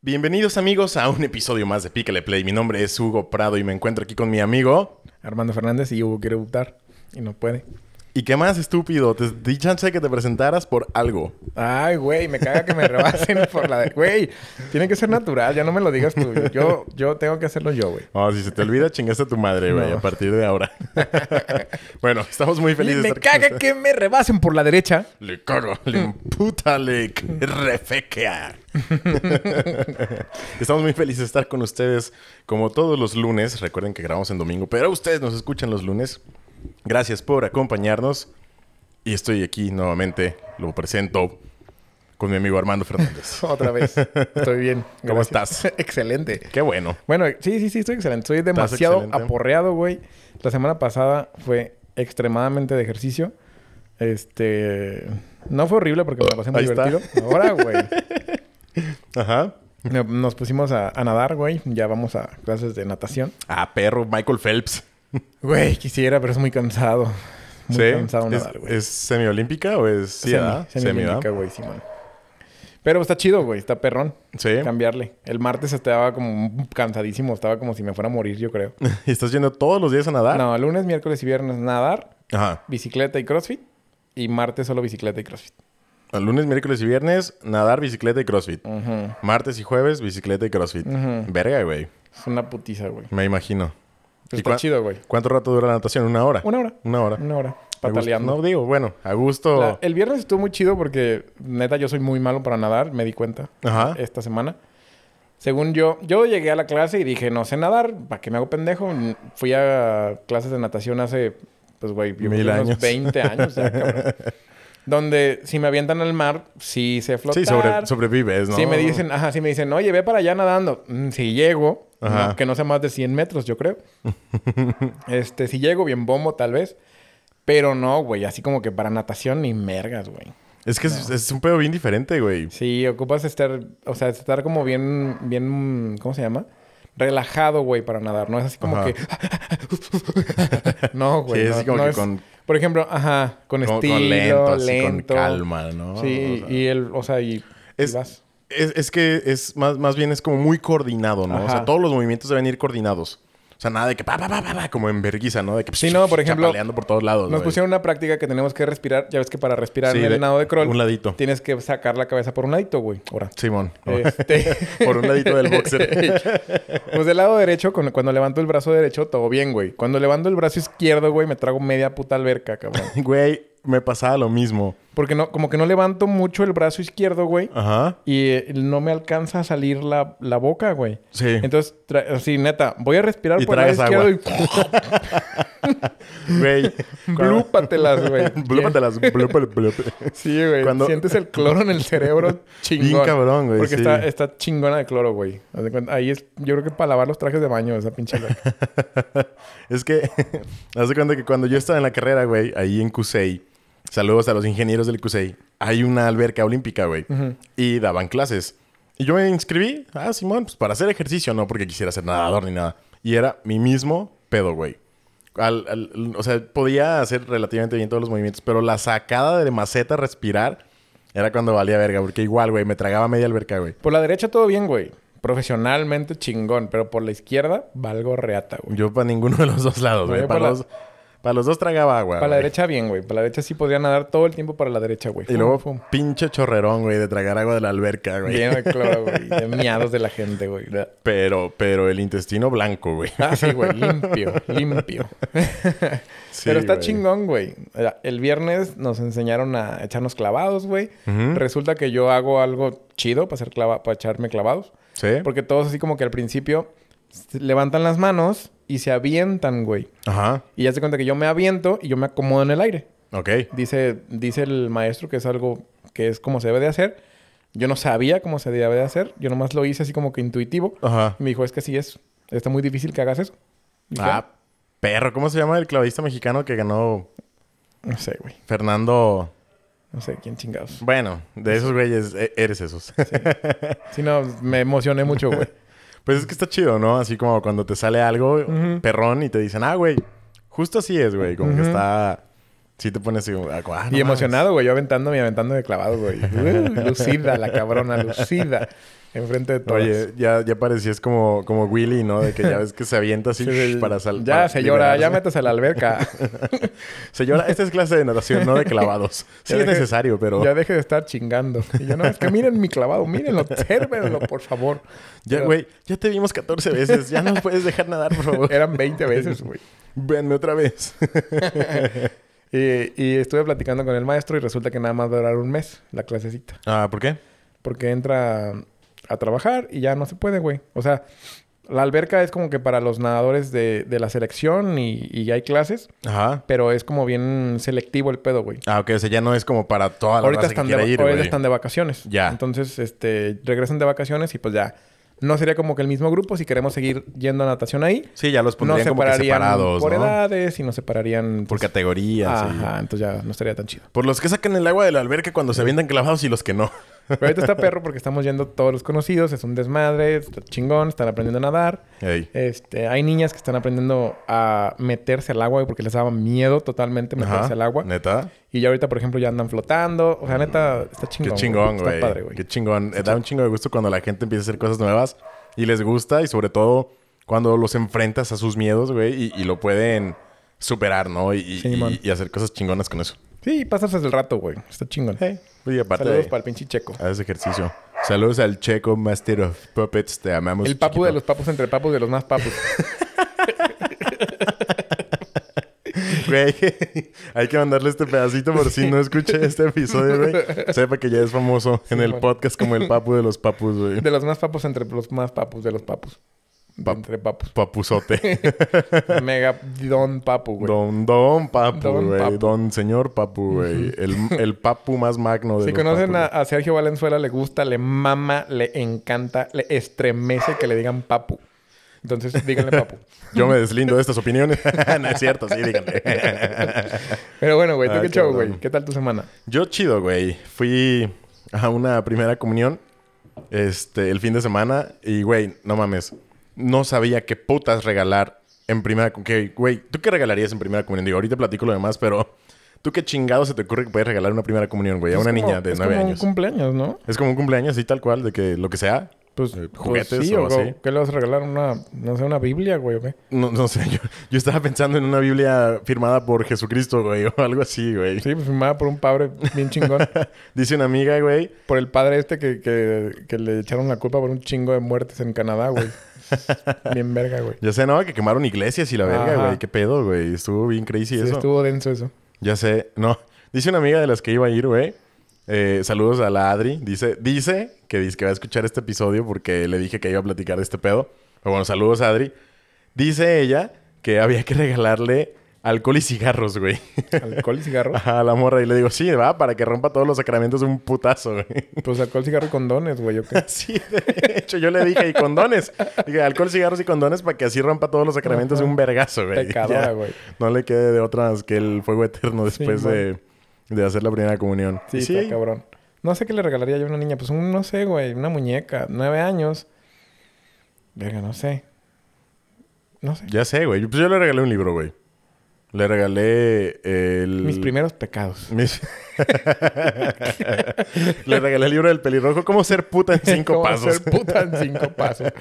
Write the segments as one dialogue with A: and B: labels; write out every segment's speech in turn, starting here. A: Bienvenidos amigos a un episodio más de Pícale Play. Mi nombre es Hugo Prado y me encuentro aquí con mi amigo.
B: Armando Fernández y Hugo quiere votar y no puede.
A: ¿Y qué más estúpido? Te di chance de que te presentaras por algo.
B: Ay, güey, me caga que me rebasen por la de... Güey, tiene que ser natural, ya no me lo digas tú. Yo, yo tengo que hacerlo yo, güey.
A: Oh, si se te olvida, chingaste a tu madre, güey,
B: No.
A: a partir de ahora. bueno, estamos muy
B: Y
A: felices de
B: me
A: estar con
B: caga
A: ustedes.
B: que me rebasen por la derecha.
A: Le cago, le puta, le refequea. Estamos muy felices de estar con ustedes como todos los lunes. Recuerden que grabamos en domingo, pero ustedes nos escuchan los lunes. Gracias por acompañarnos. Y estoy aquí nuevamente, lo presento con mi amigo Armando Fernández.
B: Otra vez. Estoy bien.
A: ¿Cómo
B: gracias. excelente.
A: Qué bueno.
B: Bueno, sí, sí, sí, estoy excelente. Estoy demasiado
A: excelente.
B: aporreado, güey. La semana pasada fue extremadamente de ejercicio. Este... No fue horrible porque me la pasé muy
A: Ahí está.
B: divertido. Ahora, güey.
A: Ajá.
B: No- Nos pusimos a, a nadar, güey. Ya vamos a clases de natación.
A: Ah, perro, Michael Phelps.
B: Güey, quisiera, pero es muy cansado. Muy cansado
A: ¿Es,
B: nadar, güey.
A: ¿Es semiolímpica o es sí,
B: semi,
A: ah?
B: semi,
A: Semi, ¿verdad?
B: olímpica, güey, Simón. Pero está chido, güey. Está perrón.
A: Sí.
B: Cambiarle. El martes estaba como cansadísimo. Estaba como si me fuera a morir, yo creo.
A: ¿Estás yendo todos los días a nadar?
B: No, lunes, miércoles y viernes nadar,
A: Ajá.
B: bicicleta y crossfit. Y martes solo bicicleta y crossfit.
A: Lunes, miércoles y viernes, nadar, bicicleta y crossfit.
B: Ujú.
A: Martes y jueves, bicicleta y crossfit.
B: Ujú.
A: Verga, güey.
B: Es una putiza, güey.
A: Me imagino. ¿Y
B: Pero
A: cuá-
B: está chido, güey.
A: ¿Cuánto rato dura la natación? ¿Una hora?
B: Una hora.
A: Una hora.
B: Una hora.
A: A gusto-
B: Pataleando.
A: No digo, bueno, a gusto.
B: La- el viernes estuvo muy chido porque, neta, yo soy muy malo para nadar, me di cuenta
A: Ajá.
B: esta semana. Según yo, yo llegué a la clase y dije, no sé nadar, ¿para qué me hago pendejo? N- Fui a clases de natación hace, pues, güey, yo creo
A: Mil
B: que unos
A: años.
B: 20 años, ya, cabrón. Donde si me avientan al mar, sí sé flotar.
A: Sí, sobre, sobrevives, ¿no?
B: Sí me dicen, ajá, sí me dicen, oye, ve para allá nadando. Mm, si llego,
A: Ajá.
B: no, que no sea más de 100 metros, yo creo. este, si llego, bien bombo, tal vez. Pero no, güey, así como que para natación ni mergas, güey.
A: Es que es, es un pedo bien diferente, güey.
B: Sí, ocupas estar, o sea, estar como bien, bien, ¿cómo se llama? Relajado, güey, para nadar. No es así como
A: Ajá.
B: que... no, güey.
A: Sí, es
B: no-
A: así como
B: no
A: que
B: es-
A: con,
B: Por ejemplo, ajá, con
A: con- con
B: estilo,
A: lento,
B: lento.
A: así, con calma, ¿no?
B: Sí,
A: O sea,
B: y el, o sea, y...
A: Es-
B: y vas.
A: es, es que es más, más bien es como muy coordinado, ¿no? O sea,
B: Ajá.
A: todos los movimientos deben ir coordinados. O sea, nada de que pa, pa, pa, pa, pa, como en verguiza, ¿no? De que
B: Sí, no, por ejemplo,
A: chapaleando por todos lados.
B: Nos
A: güey.
B: pusieron una práctica que tenemos que respirar. Ya ves que para respirar
A: Sí,
B: en el
A: de-
B: nado de crawl...
A: un ladito.
B: Tienes que sacar la cabeza por un ladito, güey. Ahora.
A: Simón.
B: Este-
A: Por un ladito del boxer.
B: Pues del lado derecho, con- cuando levanto el brazo derecho, todo bien, güey. Cuando levanto el brazo izquierdo, güey, me trago media puta alberca, cabrón.
A: Güey, me pasaba lo mismo.
B: Porque no, como que no levanto mucho el brazo izquierdo, güey.
A: Ajá.
B: Y eh, no me alcanza a salir la, la boca, güey.
A: Sí.
B: Entonces, tra- así, neta, voy a respirar
A: Y
B: por el
A: tragas
B: lado izquierdo
A: Güey.
B: y blúpatelas, güey.
A: Blúpatelas. blúpale, blúpale.
B: Sí, güey.
A: Cuando-
B: Sientes el cloro en el cerebro chingón.
A: Bien cabrón, güey,
B: Porque
A: sí.
B: está, está chingona de cloro, güey. Haz de cuenta, Ahí es, yo creo que para lavar los trajes de baño, esa pinche. alberca.
A: es que, haz de cuenta que cuando yo estaba en la carrera, güey, ahí en CUSEI, saludos a los ingenieros del CUSEI, hay una alberca olímpica, güey, y daban clases. Y yo me inscribí, ah, Simón, pues para hacer ejercicio, no porque quisiera ser nadador ni nada. Y era mi mismo pedo, güey. Al- al- o sea, podía hacer relativamente bien todos los movimientos, pero la sacada de maceta, respirar, era cuando valía verga, porque igual, güey, me tragaba media alberca, güey.
B: por la derecha todo bien, güey. Profesionalmente chingón. Pero por la izquierda, valgo reata, güey.
A: Yo para ninguno de los dos lados, güey.
B: Yo
A: Para
B: para la-
A: los, para los dos tragaba agua.
B: Para la
A: Ah, güey.
B: derecha bien, güey. Para la derecha sí podría nadar todo el tiempo para la derecha, güey.
A: Y
B: Fum,
A: luego,
B: fum.
A: pinche chorrerón, güey, de tragar agua de la alberca, güey.
B: Lleno de cloro, güey. De miados de la gente, güey.
A: Pero, pero el intestino blanco, güey.
B: Ah, sí, güey. Limpio, limpio.
A: Sí,
B: Pero está
A: güey.
B: chingón, güey. El viernes nos enseñaron a echarnos clavados, güey.
A: Ujú.
B: Resulta que yo hago algo chido para, hacer clava para echarme clavados.
A: Sí.
B: Porque todos así como que al principio s- levantan las manos y se avientan, güey.
A: Ajá.
B: Y ya se cuenta que yo me aviento y yo me acomodo en el aire.
A: Ok.
B: Dice, dice el maestro que es algo que es como se debe de hacer. Yo no sabía cómo se debe de hacer. Yo nomás lo hice así como que intuitivo.
A: Ajá.
B: Y me dijo, es que sí es. Está muy difícil que hagas eso. Dije,
A: Ah, perro. ¿Cómo se llama el clavista mexicano que ganó
B: "Ah, No sé, güey.
A: Fernando?
B: No sé quién chingados.
A: Bueno, de esos güeyes, e- eres esos.
B: Sí, no, me emocioné mucho, güey.
A: pues es que está chido, ¿no? Así como cuando te sale algo, perrón, y te dicen, ah, güey, justo así es, güey. Como que
B: Ujú.
A: está Sí te pones así como... ah, no
B: y
A: mames.
B: emocionado, güey. Yo aventándome y aventándome de clavados, güey. Uh, lucida, la cabrona, lucida. Enfrente de todos.
A: Oye, ya, ya parecías como, como Willy, ¿no? De que ya ves que se avienta así para salir.
B: Ya, señora, ya métase a la alberca.
A: Señora, esta es clase de natación, no de clavados. Sí
B: Ya
A: es
B: deje-
A: necesario, pero...
B: Ya deje de estar chingando. Y yo, no, es que miren mi clavado, mírenlo, obsérvenlo, por favor.
A: Ya, güey, ya te vimos 14 veces. Ya no puedes dejar nadar, por favor.
B: Eran 20 veces, güey.
A: Venme otra vez.
B: Y, y estuve platicando con el maestro y resulta que nada más va a durar un mes la clasecita.
A: Ah, ¿por qué?
B: Porque entra a trabajar y ya no se puede, güey. O sea, la alberca es como que para los nadadores de, de la selección y, y hay clases,
A: Ajá.
B: pero es como bien selectivo el pedo, güey.
A: Ah, ok. O sea, ya no es como para toda la
B: Ahorita
A: raza
B: están,
A: que
B: de, va-
A: quiera ir,
B: ahorita
A: güey.
B: están de vacaciones.
A: Ya.
B: Entonces, este, regresan de vacaciones y pues ya. No sería como que el mismo grupo si queremos seguir yendo a natación ahí.
A: Sí, ya los
B: Nos
A: pondrían Pues como que
B: separarían
A: separados,
B: por
A: ¿no?
B: edades y nos separarían...
A: Por
B: pues,
A: categorías. y-
B: Ajá, entonces ya no estaría tan chido.
A: Por los que sacan el agua de la alberca cuando se avientan clavados y los que no.
B: Pero ahorita está perro porque estamos yendo todos los conocidos, es un desmadre, está chingón, están aprendiendo a nadar.
A: Ey.
B: Este, hay niñas que están aprendiendo a meterse al agua güey, porque les daba miedo totalmente meterse
A: Ajá.
B: al agua.
A: ¿Neta?
B: Y ya ahorita, por ejemplo, ya andan flotando. O sea, neta, está
A: Qué
B: chingón.
A: chingón, güey.
B: Está padre, güey.
A: Qué chingón. Eh, Da un chingo de gusto cuando la gente empieza a hacer cosas nuevas y les gusta y sobre todo cuando los enfrentas a sus miedos, güey, y, y lo pueden superar, ¿no? Y, y-
B: Sí, man.
A: y- y hacer cosas chingonas con eso.
B: Sí, pasas el rato, güey. Está chingón.
A: Y aparte
B: Saludos
A: de-
B: para el pinche checo.
A: Haz ejercicio. Saludos al Checo Master of Puppets. Te amamos.
B: El papu
A: chiquito.
B: de los papus entre papus de los más papus.
A: Güey, hay que mandarle este pedacito por si no escuché este episodio, güey. Sepa que ya es famoso en el
B: man.
A: podcast como el papu de los papus, güey.
B: De los más papus entre los más papus de los papus.
A: Pap-
B: Entre papus.
A: Papuzote.
B: Mega don papu, güey.
A: Don, don papu,
B: Don
A: güey.
B: papu.
A: Don señor papu, güey. El, el papu más magno de
B: Si
A: los
B: conocen
A: papus,
B: a,
A: güey.
B: a Sergio Valenzuela, le gusta, le mama, le encanta, le estremece que le digan papu. Entonces, díganle papu.
A: Yo me deslindo de estas opiniones. no es cierto, sí, díganle.
B: Pero bueno, güey, ¿tú
A: Ah,
B: qué show,
A: cabrón.
B: güey? ¿Qué tal tu semana?
A: Yo chido, güey. Fui a una primera comunión este, el fin de semana y, güey, no mames. No sabía qué putas regalar en primera comunión. Güey, ¿tú qué regalarías en primera comunión? Digo, ahorita platico lo demás, pero ¿tú qué chingado se te ocurre que puedes regalar en una primera comunión, güey? A
B: Es
A: una
B: como-
A: niña de
B: es
A: nueve
B: como
A: años.
B: un cumpleaños, ¿no?
A: Es como un cumpleaños y tal cual, de que lo que sea.
B: Pues,
A: Eh,
B: juguetes
A: juguetes o
B: o,
A: así.
B: ¿Qué le vas a regalar? Una, no sé, una Biblia, güey, ¿o qué?
A: No, no sé, yo, yo estaba pensando en una Biblia firmada por Jesucristo, güey, o algo así, güey.
B: Sí, pues firmada por un padre bien chingón.
A: Dice una amiga, güey,
B: por el padre este que, que, que le echaron la culpa por un chingo de muertes en Canadá, güey. bien verga, güey.
A: ya sé, no, que quemaron iglesias y la verga,
B: Ajá.
A: güey. ¿Qué pedo, güey? Estuvo bien crazy
B: Sí,
A: eso.
B: estuvo denso eso.
A: Ya sé, no. Dice una amiga de las que iba a ir, güey. Eh, saludos a la Adri. Dice, dice que dice que va a escuchar este episodio porque le dije que iba a platicar de este pedo. Pero bueno, saludos Adri. Dice ella que había que regalarle alcohol y cigarros, güey.
B: Alcohol y cigarro.
A: A la morra. Y le digo, sí, va, para que rompa todos los sacramentos de un putazo, güey.
B: Pues alcohol, cigarro y condones, güey, ¿o qué?
A: Sí, de hecho, yo le dije, y condones. Dije, alcohol, cigarros y condones para que así rompa todos los sacramentos de un vergazo, güey.
B: Pecadora,
A: Ya.
B: güey.
A: No le quede de otra más que el fuego eterno
B: Sí,
A: después de, de hacer la primera comunión.
B: Pues Sí,
A: Y
B: está cabrón. No sé qué le regalaría yo a una niña. Pues un, no sé, güey. Una muñeca. Nueve años. Verga, no sé. No sé.
A: ya sé, güey. Pues yo le regalé un libro, güey. Le regalé el...
B: Mis primeros pecados.
A: mis- le regalé el libro del pelirrojo, cómo ser puta en cinco
B: ¿Cómo
A: pasos.
B: Ser puta en cinco pasos.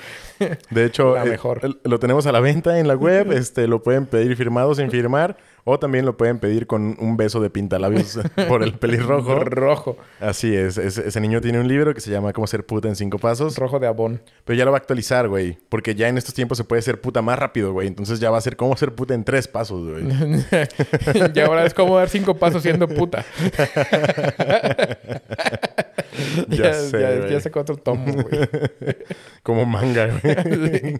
A: De hecho,
B: La
A: eh,
B: mejor.
A: el- lo tenemos a la venta en la web. Este, lo pueden pedir firmado sin firmar. O también lo pueden pedir con un beso de pintalabios por el pelirrojo.
B: Rojo.
A: Así es, es- Ese niño tiene un libro que se llama Cómo ser puta en cinco pasos.
B: Rojo de abón.
A: Pero ya lo va a actualizar, güey. Porque ya en estos tiempos se puede ser puta más rápido, güey. Entonces ya va a ser Cómo ser puta en tres pasos, güey.
B: y ahora es como dar cinco pasos siendo puta.
A: Ya sé,
B: Ya,
A: güey.
B: ya sé cuántos tomos, güey.
A: Como manga, güey.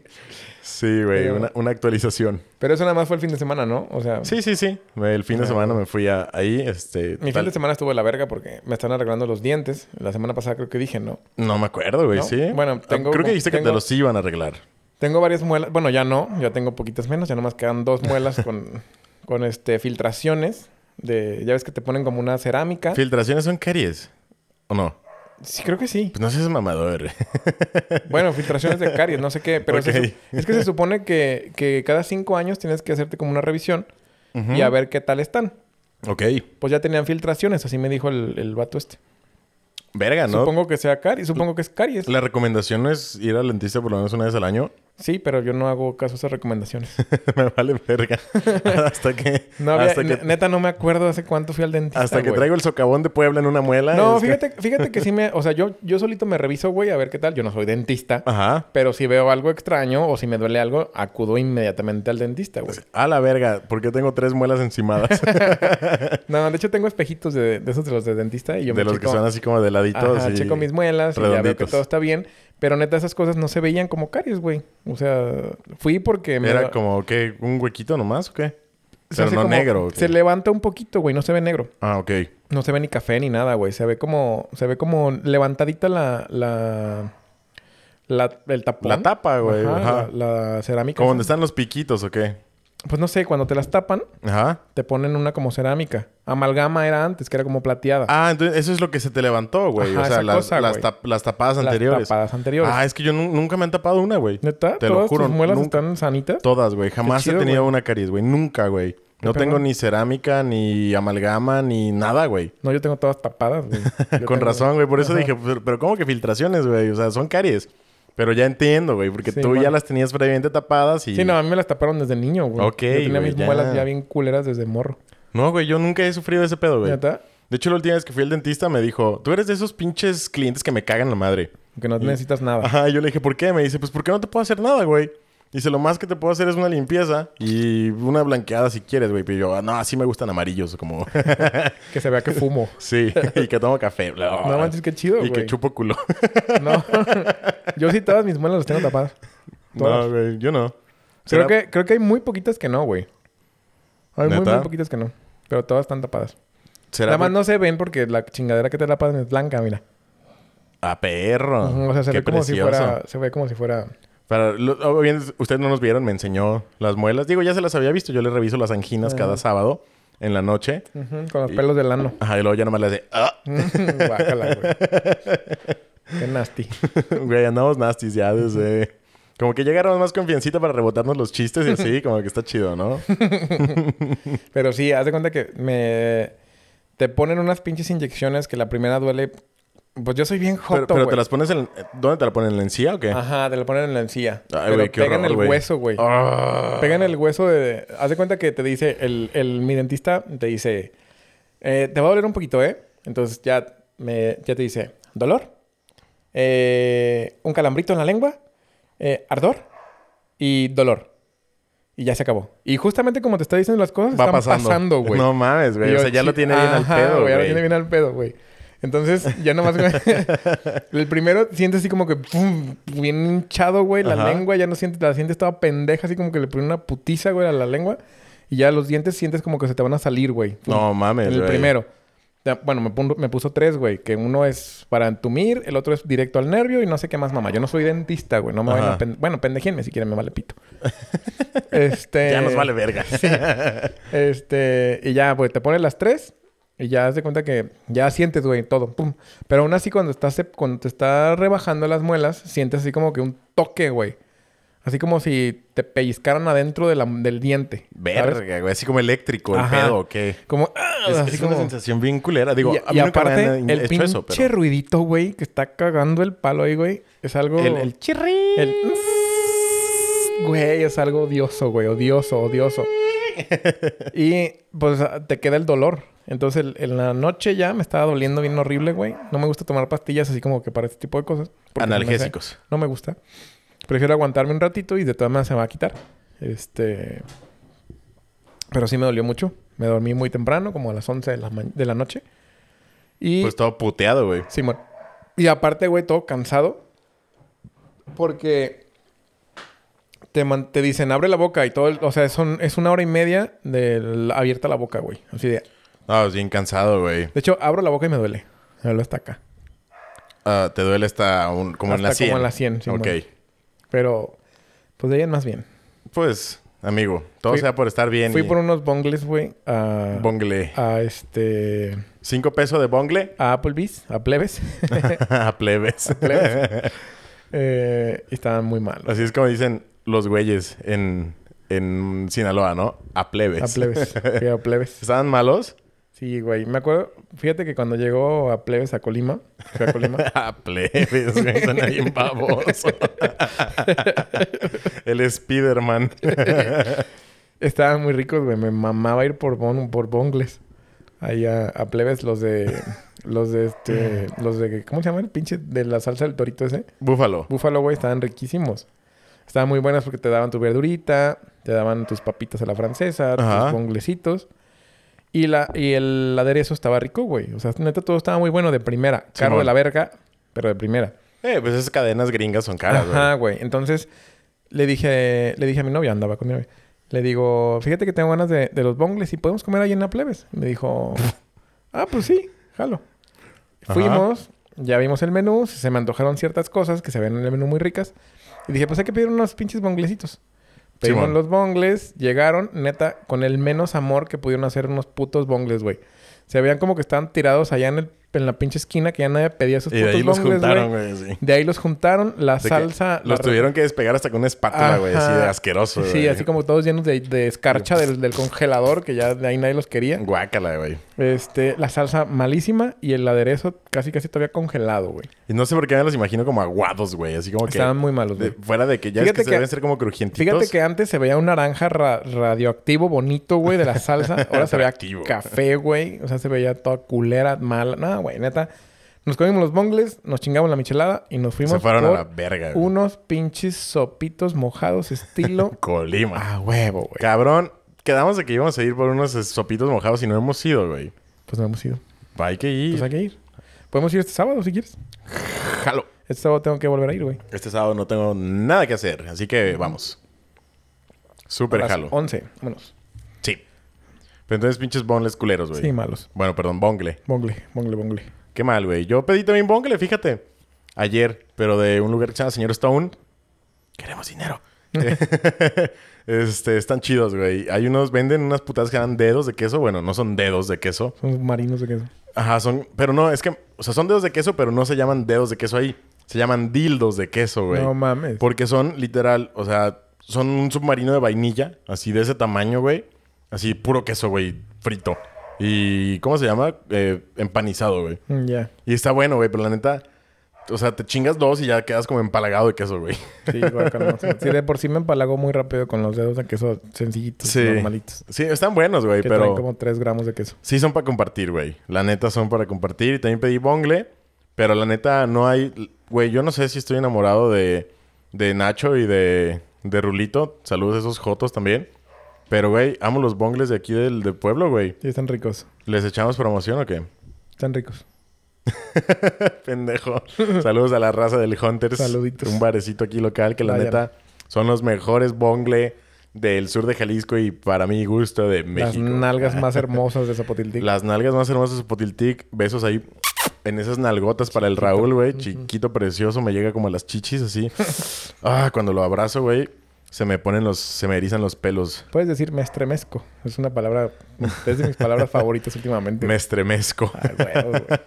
A: sí, güey.
B: Pero-
A: Una, una actualización.
B: Pero eso nada más fue el fin de semana, ¿no? O sea,
A: Sí, sí, sí. El fin de semana me fui a- ahí. Este,
B: mi fin
A: tal-
B: de semana estuvo de la verga porque me están arreglando los dientes. La semana pasada creo que dije, ¿no?
A: No me acuerdo, güey.
B: ¿No?
A: Sí.
B: Bueno,
A: Ah,
B: tengo-
A: Creo que dijiste que te
B: tengo-
A: los iban a arreglar.
B: Tengo varias muelas. Bueno, ya no. Ya tengo poquitas menos. Ya nomás quedan dos muelas con, con este, filtraciones. De, ya ves que te ponen como una cerámica.
A: ¿Filtraciones son caries? ¿O no?
B: sí, creo que sí.
A: Pues no seas mamador.
B: Bueno, filtraciones de caries, no sé qué. Pero se
A: Ok.
B: su- es que se supone que, que cada cinco años tienes que hacerte como una revisión y a ver qué tal están.
A: Ok.
B: Pues ya tenían filtraciones, así me dijo el, el vato este.
A: Verga, Ah, ¿no?
B: Supongo que sea caries, supongo que es caries.
A: La recomendación es ir al dentista por lo menos una vez al año.
B: Sí, pero yo no hago caso a esas recomendaciones.
A: me vale verga. hasta que.
B: No había-
A: hasta que,
B: ne- Neta, no me acuerdo hace cuánto fui al dentista.
A: hasta que
B: güey.
A: traigo el socavón de Puebla en una muela.
B: No,
A: es que-
B: fíjate, fíjate que sí me. O sea, yo, yo solito me reviso, güey, a ver qué tal. Yo no soy dentista.
A: Ajá.
B: Pero si veo algo extraño o si me duele algo, acudo inmediatamente al dentista, güey.
A: A la verga, porque tengo tres muelas encimadas.
B: No, de hecho tengo espejitos de, de esos de los de dentista y yo
A: de
B: me
A: los que
B: checo-
A: son así como de laditos.
B: Ajá,
A: y...
B: checo mis muelas y ya veo que
A: redonditos.
B: todo está bien. Pero neta, esas cosas no se veían como caries, güey. O sea, fui porque... me
A: Era
B: da-
A: como, ¿qué? ¿Un huequito nomás o qué?
B: se
A: Pero
B: hace
A: no
B: como-
A: negro. ¿o qué?
B: Se levanta un poquito, güey. No se ve negro.
A: Ah, ok.
B: No se ve ni café ni nada, güey. Se ve como... Se ve como levantadita la... la, la- el tapón.
A: La tapa, güey.
B: Ajá,
A: Ajá.
B: La, la cerámica.
A: Como
B: esa.
A: donde están los piquitos o qué.
B: Pues no sé, cuando te las tapan,
A: Ajá.
B: te ponen una como cerámica. Amalgama era antes, que era como plateada.
A: Ah, entonces eso es lo que se te levantó, güey.
B: Ajá,
A: o sea,
B: esa
A: las,
B: cosa,
A: las
B: güey.
A: tap- las tapadas
B: Las
A: anteriores.
B: tapadas anteriores.
A: Ah, es que yo nu- nunca me han tapado una, güey.
B: ¿Neta?
A: te lo
B: ¿Todas
A: juro,
B: tus muelas
A: nunca.
B: están sanitas?
A: Todas, güey. Jamás
B: chido,
A: he tenido una caries, güey. Nunca, güey. No
B: perro.
A: tengo ni cerámica, ni amalgama, ni nada, güey.
B: No, yo tengo todas tapadas, güey. Yo
A: Con
B: tengo-
A: razón, güey. Por eso
B: Ajá.
A: dije, pero, pero ¿cómo que filtraciones, güey? O sea, son caries. Pero ya entiendo, güey. Porque
B: Sí,
A: tú ya
B: bueno.
A: las tenías previamente tapadas y...
B: Sí, no, a mí me las taparon desde niño, güey.
A: Ok,
B: Yo tenía
A: güey,
B: mis
A: ya.
B: muelas ya bien culeras desde morro.
A: No, güey. Yo nunca he sufrido ese pedo, güey.
B: ¿Neta?
A: De hecho, la última vez que fui al dentista me dijo... Tú eres de esos pinches clientes que me cagan la madre.
B: Que no necesitas nada.
A: Ajá, yo le dije, ¿por qué? Me dice, pues porque no te puedo hacer nada, güey. Dice, lo más que te puedo hacer es una limpieza y una blanqueada si quieres, güey. Pero yo, "Ah, no, así me gustan amarillos, como.
B: Que se vea que fumo.
A: sí, y que tomo café. bla,
B: No manches, qué chido,
A: Y
B: güey.
A: que chupo culo.
B: No. yo sí todas mis muelas las tengo tapadas. Todas.
A: no, güey, yo no. ¿Será-
B: creo, que, creo que hay muy poquitas que no, güey. Hay muy,
A: ¿Neta?
B: muy poquitas que no. Pero todas están tapadas.
A: será
B: Nada más
A: por-
B: no se ven porque la chingadera que te tapan es blanca, mira.
A: Ah, perro.
B: Ujú, O sea, se
A: Qué
B: ve como si
A: precioso.
B: fuera... Se ve como si fuera...
A: Para lo- oh, bien, ustedes no nos vieron, me enseñó las muelas. Digo, ya se las había visto. Yo le reviso las anginas
B: Ajá.
A: cada sábado en la noche.
B: ujú, con los
A: Y-
B: pelos del ano.
A: Ajá, y luego ya nomás le hace... "Ah".
B: Guácala, güey. Qué nasty.
A: Güey, andamos nastis ya desde... Como que llegaron más confiancita para rebotarnos los chistes y así, como que está chido, ¿no?
B: Pero sí, haz de cuenta que me... Te ponen unas pinches inyecciones que la primera duele... Pues yo soy bien joto,
A: Pero, pero te
B: güey.
A: las pones en... ¿Dónde te la ponen? ¿En la encía o qué?
B: Ajá, te la ponen en la encía.
A: Ay,
B: pero
A: güey, qué
B: pegan
A: horror,
B: el
A: güey.
B: hueso, güey.
A: Ah.
B: Pegan el hueso de... Haz de cuenta que te dice... El, el- mi dentista te dice... eh, te va a doler un poquito, ¿eh? Entonces ya, me, ya te dice... ¿Dolor? eh, ¿Un calambrito en la lengua? eh, ¿Ardor? Y dolor. Y ya se acabó. Y justamente como te está diciendo las cosas,
A: Va
B: están
A: pasando.
B: pasando, güey.
A: No mames, güey.
B: Y
A: O
B: yo,
A: sea, ya lo
B: chi-
A: tiene bien al
B: Ajá,
A: pedo,
B: Ya lo tiene
A: güey.
B: bien al pedo, güey. Entonces, ya nomás... el primero sientes así como que... pum, bien hinchado, güey. La
A: Ajá.
B: lengua ya no sientes... La sientes toda pendeja. Así como que le ponen una putiza, güey, a la lengua. Y ya los dientes sientes como que se te van a salir, güey.
A: No mames,
B: En
A: güey.
B: el primero. Ya, Bueno, me, pun- me puso tres, güey. Que uno es para entumir, el otro es directo al nervio y no sé qué más, mamá. Yo no soy dentista, güey. No me vayan
A: Ajá.
B: a pen- Bueno, pendejenme si quieren, me vale pito. este...
A: Ya nos vale verga.
B: Este, y ya, pues te pones las tres y ya haz de cuenta que ya sientes, güey, todo. Pum. Pero aún así, cuando estás, cuando te estás rebajando las muelas, sientes así como que un toque, güey. Así como si te pellizcaran adentro de la- del diente. ¿sabes?
A: verga, güey. Así como eléctrico el
B: Ajá.
A: pedo, ¿o qué?
B: Como, ah,
A: Es,
B: así
A: es
B: como-
A: una sensación bien culera. Digo,
B: y,
A: a mí
B: y
A: nunca me
B: aparte,
A: han
B: el
A: hecho
B: pinche
A: eso, pero...
B: ruidito, güey, que está cagando el palo ahí, güey, es algo.
A: El, el chirri.
B: el- Güey, es algo odioso, güey, odioso, odioso. y pues te queda el dolor. Entonces, el- en la noche ya me estaba doliendo bien horrible, güey. No me gusta tomar pastillas así como que para este tipo de cosas. porque se me hace-
A: Analgésicos.
B: no me gusta. Prefiero aguantarme un ratito y de todas maneras se me va a quitar. Este. Pero sí me dolió mucho. Me dormí muy temprano, como a las 11 de la, ma- de la noche. Y.
A: Pues todo puteado, güey.
B: Simón. Y aparte, güey, todo cansado. Porque. Te, man- te dicen, abre la boca y todo. el- o sea, son, es una hora y media de la- abierta la boca, güey. Así de.
A: Ah, es bien cansado, güey.
B: De hecho, abro la boca y me duele. Me duele hasta acá.
A: Ah, te duele hasta un- como en la
B: Hasta
A: 100.
B: como en la 100, Simón.
A: Ok.
B: Pero. Pues de ahí en más bien.
A: Pues, amigo, todo
B: Fui-
A: sea por estar bien.
B: Fui
A: y-
B: por unos bongles, güey, a,
A: Bongle.
B: a este
A: Cinco pesos de bongle
B: a Applebee's, a plebes.
A: a plebes.
B: Plebes. Eh, y estaban muy mal. güey.
A: Así es como dicen los güeyes en, en Sinaloa, ¿no? A plebes.
B: A plebes. Fui a plebes.
A: ¿Estaban malos?
B: Sí, güey. Me acuerdo, fíjate que cuando llegó a Plebes a Colima, fui a Colima.
A: Ah, plebes, güey. Suena bien baboso. El Spider-Man.
B: Estaban muy ricos, güey. Me mamaba ir por, bon- por bongles. Ahí a, a plebes los de... Los de este... Los de... ¿Cómo se llama el pinche? De la salsa del torito ese.
A: Búfalo.
B: Búfalo, güey. Estaban riquísimos. Estaban muy buenas porque te daban tu verdurita. Te daban tus papitas a la francesa.
A: Ajá.
B: Tus bonglecitos. Y, la, y el aderezo estaba rico, güey. O sea, neta, todo estaba muy bueno de primera. Caro
A: Simón.
B: de la verga, pero de primera.
A: Eh, pues esas cadenas gringas son caras, güey.
B: Ajá, güey. Entonces le dije, le dije a mi novia, andaba con mi novia. Le digo, fíjate que tengo ganas de, de los bongles y podemos comer ahí en la plebes. Me dijo, ah, pues sí, jalo.
A: Ajá.
B: Fuimos, ya vimos el menú, se me antojaron ciertas cosas que se ven en el menú muy ricas. Y dije, pues hay que pedir unos pinches bonglecitos. Pedimos
A: Simón.
B: los bongles, llegaron, neta, con el menos amor que pudieron hacer unos putos bongles, güey. Se veían como que estaban tirados allá en, el- en la pinche esquina que ya nadie pedía esos
A: Y de
B: putos
A: ahí los
B: bongles, güey.
A: juntaron, güey. sí.
B: De ahí los juntaron, la
A: De que
B: salsa. la
A: Los
B: re-
A: tuvieron que despegar hasta con una espátula, güey. Así de
B: Ajá.
A: asqueroso, güey.
B: Sí, así como todos llenos de, de escarcha del, del congelador, que ya de ahí nadie los quería.
A: Mm. Guácala, güey.
B: Este, la salsa malísima y el aderezo casi casi todavía congelado, güey.
A: Y no sé por qué me los imagino como aguados, güey. Así como que...
B: Estaban muy malos,
A: de-
B: güey.
A: fuera de que ya es
B: Fíjate
A: que, se
B: que-
A: deben ser como crujientitos.
B: Fíjate que antes se veía un naranja ra- radioactivo bonito, güey, de la salsa. Ahora se veía
A: Radioactivo.
B: café, güey. O sea, se veía toda culera, mala. Nada, güey, neta. Nos comimos los bongles, nos chingamos la michelada y nos fuimos
A: se fueron a
B: por
A: la verga, güey.
B: unos pinches sopitos mojados estilo...
A: Colima.
B: a huevo, Ah, güey.
A: Cabrón, quedamos de que íbamos a ir por unos sopitos mojados y no hemos ido, güey.
B: Pues no hemos ido.
A: Hay que ir.
B: Pues hay que ir. Podemos ir este sábado si quieres.
A: Jalo.
B: Este sábado tengo que volver a ir, güey.
A: Este sábado no tengo nada que hacer, así que vamos.
B: A
A: Súper
B: las
A: jalo.
B: 11. Vámonos.
A: Sí. Pero entonces pinches bongles culeros, güey.
B: Sí, malos.
A: Bueno, perdón, bongle.
B: Bongle, bongle, bongle.
A: Qué mal, güey. Yo pedí también bongle, fíjate. Ayer, pero de un lugar que se llama Señor Stone. Queremos dinero. este, están chidos, güey. Hay unos, venden unas putas que eran dedos de queso. Bueno, no son dedos de queso.
B: Son marinos de queso.
A: Ajá, son. Pero no, es que. O sea, son dedos de queso, pero no se llaman dedos de queso ahí. Se llaman dildos de queso, güey.
B: No mames.
A: Porque son literal, o sea, son un submarino de vainilla, así de ese tamaño, güey. Así puro queso, güey, frito. Y, ¿cómo se llama? Eh, empanizado, güey.
B: Mm, Ya.
A: Y está bueno, güey, pero la neta, o sea, te chingas dos y ya quedas como empalagado de queso, güey.
B: Sí, guácala, no sé. Sí, de por sí me empalago muy rápido con los dedos de queso sencillitos,
A: Sí.
B: normalitos.
A: Sí, están buenos, güey,
B: Que traen
A: pero
B: como 3 gramos de queso.
A: sí son para compartir, güey. La neta son para compartir. Y también pedí bongle, pero la neta no hay, güey, yo no sé si estoy enamorado de, de Nacho y de, de Rulito. Saludos a esos jotos también. Pero, güey, amo los bongles de aquí del, del pueblo, güey.
B: Sí, están ricos.
A: ¿Les echamos promoción o qué?
B: Están ricos.
A: Pendejo. Saludos a la raza del Hunters.
B: Saluditos.
A: Un barecito aquí local que la
B: Vayan.
A: neta son los mejores bongle del sur de Jalisco y para mi gusto de México. Ah.
B: Las nalgas más hermosas de Zapotiltic.
A: Las nalgas más hermosas de Potiltic. Besos ahí en esas nalgotas para el Raúl, güey. Chiquito, precioso. Me llega como a las chichis así. ah, cuando lo abrazo, güey. Se me ponen los... Se me erizan los pelos.
B: Puedes decir me estremezco. Es una palabra... Es de mis palabras favoritas últimamente.
A: Me estremezco.
B: Ay, huevos, güey.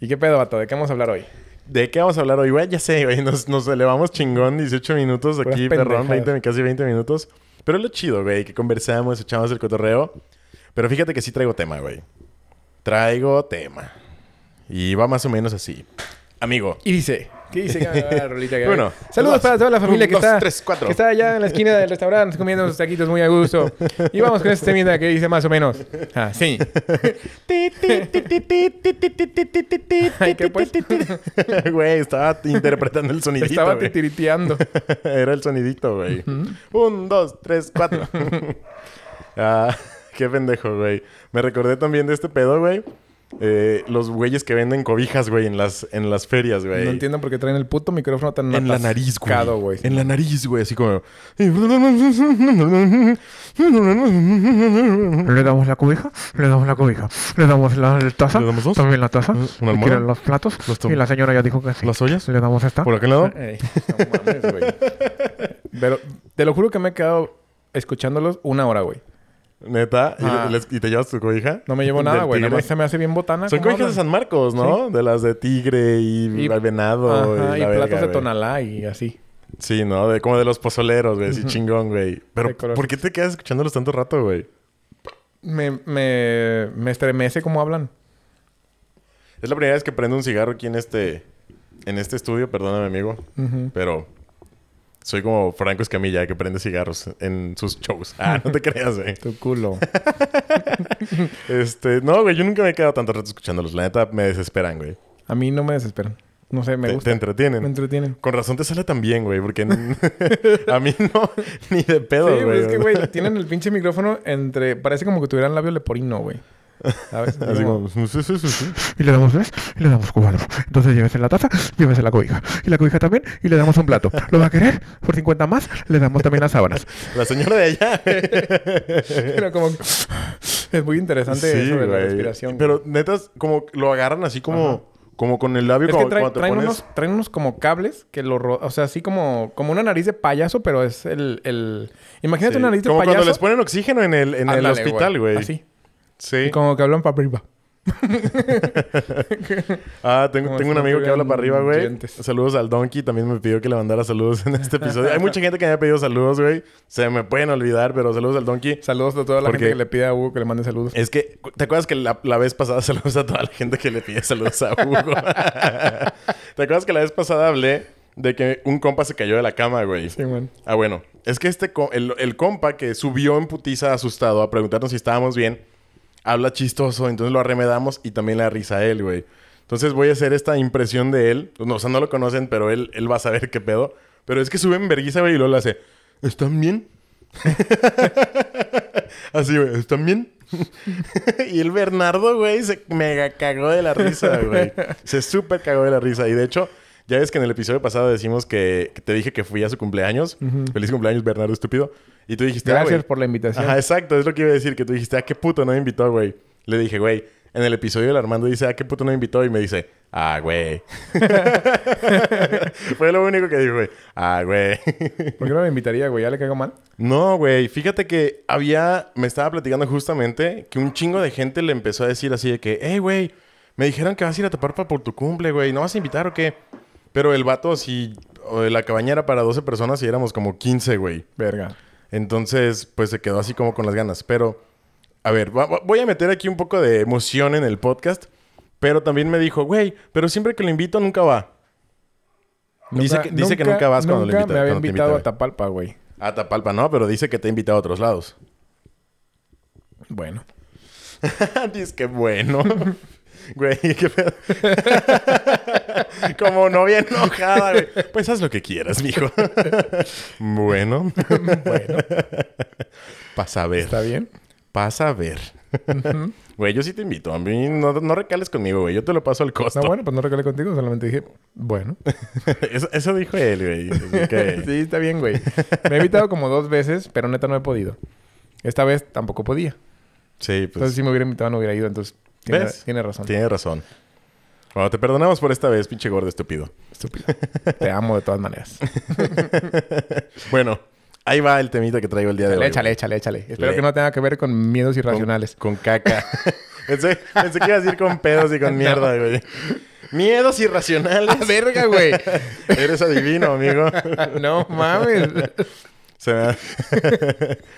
B: ¿Y qué pedo, vato? ¿De qué vamos a hablar hoy?
A: ¿De qué vamos a hablar hoy, güey? Ya sé, güey. Nos, nos elevamos chingón 18 minutos
B: Puras
A: aquí, perrón.
B: pendejadas.
A: 20, casi 20 minutos. Pero es lo chido, güey. Que conversamos, echamos el cotorreo. Pero fíjate que sí traigo tema, güey. Traigo tema. Y va más o menos así. Amigo.
B: Y dice... ¿Qué dice? Ah, rolita que-
A: Uno,
B: Saludos
A: dos,
B: para toda la familia
A: un,
B: que
A: dos,
B: está...
A: tres, cuatro.
B: Que está allá en la esquina del restaurante comiendo unos taquitos muy a gusto. Y vamos con esta temita que dice más o menos. Ah, sí. Ay, ¿qué pues?
A: Güey, estaba interpretando el sonidito,
B: Estaba
A: güey.
B: titiriteando.
A: Era el sonidito, güey. Un, dos, tres, cuatro. ah, qué pendejo, güey. Me recordé también de este pedo, güey. Eh, los güeyes que venden cobijas, güey, en las, en las ferias, güey.
B: No entiendo por qué traen el puto micrófono tan
A: En la nariz, güey.
B: atascado, güey.
A: En la nariz, güey. Así como...
C: Le damos la cobija, le damos la cobija, le damos la taza,
A: ¿Le damos dos?
C: también la taza,
A: ¿Una
C: si
A: almohada?
C: quieren los platos,
A: Los tom-
C: y la señora ya dijo que sí.
A: ¿Las ollas?
C: Le damos esta.
A: ¿Por aquel lado?
B: Ey, no mames, güey. Pero te lo juro que me he quedado escuchándolos una hora, güey.
A: Neta. ¿Y,
B: Ah.
A: les- y te llevas tu cobija?
B: No me llevo nada,
A: Del
B: güey. Nada
A: tigre.
B: más se me hace bien botana.
A: Son
B: ¿cómo
A: cobijas de
B: hablan?
A: San Marcos, ¿no? De las de tigre y,
B: Y-
A: venado.
B: Ajá, y,
A: la verga,
B: platos de
A: güey.
B: tonalá y así.
A: Sí, ¿no? De, como de los pozoleros, güey. Así chingón, güey. Pero,
B: De colores.
A: ¿por qué te quedas escuchándolos tanto rato, güey?
B: Me, me, me estremece cómo hablan.
A: Es la primera vez que prendo un cigarro aquí en este, en este estudio, perdóname, amigo. Pero soy como Franco Escamilla, que prende cigarros en sus shows. Ah, no te creas, güey.
B: Tu culo.
A: Este, no, güey, yo nunca me he quedado tanto rato escuchándolos. La neta, me desesperan, güey.
B: A mí no me desesperan. No sé, me
A: Te,
B: gusta.
A: te entretienen.
B: Me entretienen.
A: Con razón te sale tan bien, güey, porque n- a mí no, ni de pedo,
B: sí,
A: güey.
B: güey, es que, güey, tienen el pinche micrófono entre... Parece como que tuvieran labio leporino, güey. ¿Sabes?
A: Así como... sí, sí, sí, sí.
C: Y le damos tres y le damos cubano. Entonces llévese la taza, llévese la cobija. Y la cobija también y le damos un plato. ¿Lo va a querer? Por 50 más le damos también las sábanas.
A: La señora de allá.
B: Pero como... que- Es muy interesante eso de la
A: güey.
B: respiración. güey.
A: Pero netas, como lo agarran así como, como con el labio,
B: Es
A: como
B: que traen,
A: cuando te
B: traen
A: pones-
B: unos, traen unos como cables que lo... ro- O sea, así como... Como una nariz de payaso, pero es el... el... Imagínate
A: Sí.
B: una nariz de
A: Como
B: payaso.
A: cuando les ponen oxígeno en el, en el
B: Ándale,
A: hospital, güey.
B: Así.
A: Sí.
B: Y como que hablan para arriba.
A: Ah, tengo,
B: como
A: tengo un
B: si no
A: amigo que habla
B: tuvieran
A: para arriba, güey.
B: dientes.
A: Saludos al Donkey. También me pidió que le mandara saludos en este episodio. Hay mucha gente que me ha pedido saludos, güey. Se me pueden olvidar, pero saludos al Donkey.
B: Saludos a toda la
A: Porque-
B: gente que le pide a Hugo que le mande saludos.
A: Es que, ¿te acuerdas que la, la vez pasada saludos a toda la gente que le pide saludos a Hugo? ¿Te acuerdas que la vez pasada hablé de que un compa se cayó de la cama, güey?
B: Sí, güey.
A: Ah, bueno. Es que este co- el, el compa que subió en putiza asustado a preguntarnos si estábamos bien, habla chistoso, entonces lo arremedamos y también le da risa a él, güey. Entonces voy a hacer esta impresión de él. No, o sea, no lo conocen, pero él, él va a saber qué pedo. Pero es que sube en vergüenza, güey, y luego le hace, ¿están bien? Así, güey, ¿están bien? y el Bernardo, güey, se mega cagó de la risa, güey. Se súper cagó de la risa. Y de hecho, ya ves que en el episodio pasado decimos que, que te dije que fui a su cumpleaños. Feliz cumpleaños, Bernardo, estúpido. Y tú dijiste, ah,
B: Gracias
A: güey.
B: por la invitación.
A: Ajá, exacto, es lo que iba a decir, que tú dijiste, ah, qué puto, no me invitó, güey. Le dije, güey, en el episodio el Armando dice, ah, qué puto, no me invitó. Y me dice, ah, güey. Fue lo único que dijo, güey. Ah, güey.
B: ¿Por qué no me invitaría, güey? ¿Ya le caigo mal?
A: No, güey. Fíjate que había... Me estaba platicando justamente que un chingo de gente le empezó a decir así de que... Hey, güey. Me dijeron que vas a ir a tapar para por tu cumple, güey. ¿No vas a invitar o qué? Pero el vato, si... o de la cabaña era para 12 personas y éramos como 15, güey.
B: Verga.
A: Entonces, pues se quedó así como con las ganas. Pero, a ver, va- va- voy a meter aquí un poco de emoción en el podcast. Pero también me dijo, güey, pero siempre que lo invito nunca va. Dice que- dice que nunca vas cuando lo invita-
B: me había
A: cuando te invita,
B: invitado
A: güey.
B: a Tapalpa, güey.
A: A Ah, Tapalpa no, pero dice que te invita a otros lados.
B: Bueno.
A: Dices que bueno. Güey, qué pedo. Como novia enojada, güey. Pues haz lo que quieras, mijo. bueno.
B: Bueno,
A: Pasa a ver.
B: está bien.
A: Pasa a ver. Güey, yo sí te invito. A mí no, no recales conmigo, güey. Yo te lo paso al costo.
B: No, bueno, pues no recalé contigo, solamente dije, bueno.
A: eso, eso dijo él, güey. Así que-
B: sí, está bien, güey. Me he invitado como dos veces, pero neta no he podido. Esta vez tampoco podía.
A: Sí, pues.
B: Entonces, si me hubiera invitado, no hubiera ido. Entonces, tiene,
A: ¿Ves?
B: tiene razón.
A: Tiene razón. Bueno, te perdonamos por esta vez, pinche gordo estúpido.
B: Estúpido. Te amo de todas maneras.
A: Bueno, ahí va el temita que traigo el día de
B: Échale,
A: hoy.
B: échale, échale, échale. Espero
A: Le-
B: que no tenga que ver con miedos
A: Con-
B: irracionales.
A: Con, caca. pensé, pensé que iba a decir con pedos y con mierda, güey. Miedos irracionales.
B: ¡Ah, verga, güey!
A: Eres adivino, amigo.
B: no mames.
A: Se me...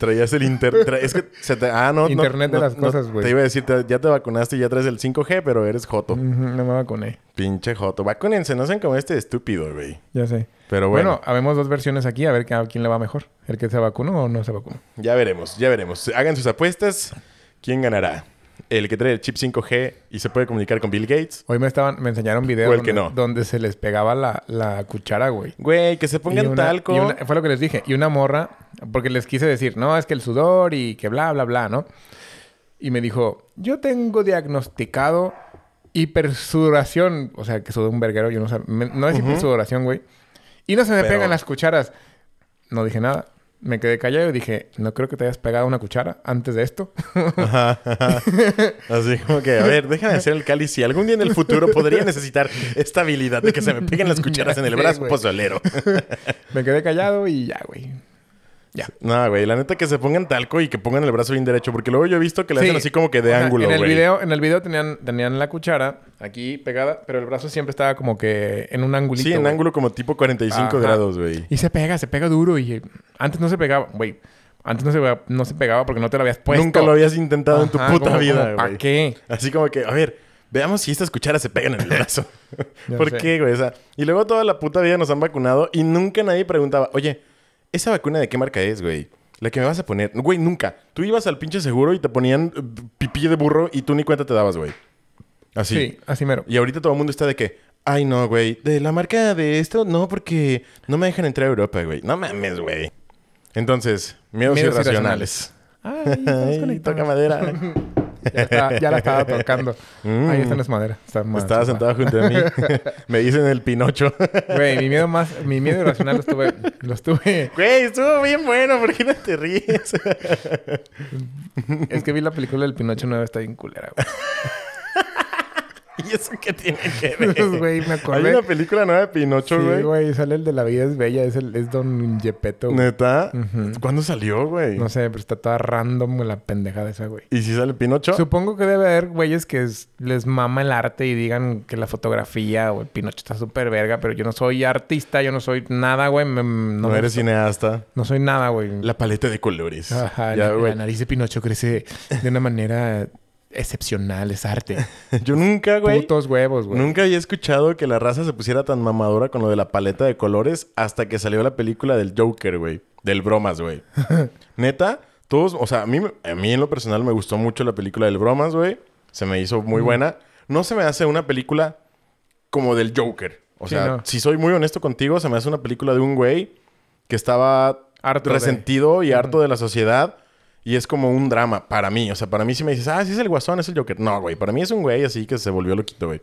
A: Traías el inter... tra- Es que se te... Ah, no. no,
B: Internet de
A: no,
B: las
A: no,
B: cosas, güey.
A: Te iba a decir, te- ya te vacunaste y ya traes el 5G, pero eres joto.
B: Ujú, No me vacuné.
A: Pinche joto. Vacúnense, no sean como este estúpido, güey.
B: Ya sé.
A: Pero
B: Bueno,
A: bueno,
B: habemos dos versiones aquí, a ver qué- a quién le va mejor. ¿El que se vacunó o no se vacunó?
A: ya veremos, ya veremos. Hagan sus apuestas. ¿Quién ganará? ¿El que trae el chip 5G y se puede comunicar con Bill Gates?
B: Hoy me estaban, me enseñaron videos
A: O el que no.
B: donde se les pegaba la, la cuchara, güey.
A: Güey, que se
B: Y
A: pongan
B: una-
A: talco.
B: y una- fue lo que les dije. Y una morra, porque les quise decir, no, es que el sudor y que bla, bla, bla, ¿no? Y me dijo, yo tengo diagnosticado hipersuración. O sea, que sudó un verguero, yo no sé. me- no es hipersuración, güey. Y no se me
A: Pero-
B: pegan las cucharas. No dije nada. Me quedé callado y dije, no creo que te hayas pegado una cuchara antes de esto.
A: Ajá, ajá. Así como que, a ver, déjame hacer el cáliz. Si algún día en el futuro podría necesitar esta habilidad de que se me peguen las cucharas en el
B: Ya sé,
A: brazo pues
B: güey.
A: pozolero.
B: me quedé callado y ya, güey.
A: No, güey, la neta que se pongan talco y que pongan el brazo bien derecho, porque luego yo he visto que le
B: Sí.
A: hacen así como que de
B: O sea,
A: ángulo,
B: En el
A: güey.
B: video, en el video tenían, tenían la cuchara aquí pegada, pero el brazo siempre estaba como que en un angulito.
A: Sí, en
B: güey.
A: ángulo como tipo 45
B: Ajá.
A: grados, güey.
B: Y se pega, se pega duro y eh, antes no se pegaba, güey. Antes no se, vea- no se pegaba porque no te lo habías puesto.
A: Nunca lo habías intentado en tu
B: Ajá,
A: puta
B: como-
A: vida,
B: como, ¿pa'
A: güey.
B: qué?
A: Así como que, a ver, veamos si estas cucharas se pegan en el brazo.
B: Ya
A: ¿Por
B: sé.
A: qué, güey? O sea, y luego toda la puta vida nos han vacunado y nunca nadie preguntaba, oye, ¿esa vacuna de qué marca es, güey? La que me vas a poner. Güey, nunca. Tú ibas al pinche seguro y te ponían eh, pipí de burro y tú ni cuenta te dabas, güey. Así.
B: Sí. así mero.
A: Y ahorita todo el mundo está de que, ay, no, güey, de la marca de esto, no, porque no me dejan entrar a Europa, güey. No mames, güey. Entonces, miedos,
B: Miedos
A: irracionales.
B: Ay,
A: Ay,
B: estamos
A: toca
B: conectados.
A: madera.
B: Ya, está- ya la estaba tocando.
A: Mm.
B: Ahí está, no es madera. Está más
A: Estaba sentado junto a mí. me dicen el Pinocho.
B: Güey, mi miedo más... Mi miedo irracional lo estuve... Lo estuve...
A: Güey, estuvo bien bueno, ¿por qué no te ríes?
B: Es que vi la película del Pinocho 9. Está bien culera, güey.
A: ¿Y eso qué tiene que ver?
B: Güey, me acordé.
A: Hay una película nueva de Pinocho,
B: Sí,
A: güey.
B: güey. Sale el de La vida es bella. Es, el, es Don Gepetto. güey.
A: ¿Neta?
B: Ujú.
A: ¿Cuándo salió, güey?
B: No sé, pero está toda random la pendejada esa, güey.
A: ¿Y si sale Pinocho?
B: Supongo que debe haber güeyes que es- les mama el arte y digan que la fotografía o el Pinocho está súper verga, pero yo no soy artista, yo no soy nada, güey. me- me-
A: no
B: me-
A: eres cineasta.
B: No soy nada, güey.
A: La paleta de colores.
B: Ajá,
A: Ya,
B: la,
A: güey.
B: la nariz de Pinocho crece de una manera excepcional, es arte.
A: Yo nunca, güey.
B: Putos huevos, güey.
A: Nunca había escuchado que la raza se pusiera tan mamadora con lo de la paleta de colores hasta que salió la película del Joker, güey. Del bromas, güey. Neta, todos, o sea, a mí, a mí en lo personal me gustó mucho la película del bromas, güey. Se me hizo muy buena. No se me hace una película como del Joker. O
B: Sí,
A: sea,
B: no.
A: si soy muy honesto contigo, se me hace una película de un güey que estaba
B: Harto de-
A: resentido y harto de la sociedad. Y es como un drama para mí. O sea, para mí si me dices, ah, sí es el guasón, es el Joker. No, güey. Para mí es un güey así que se volvió loquito, güey.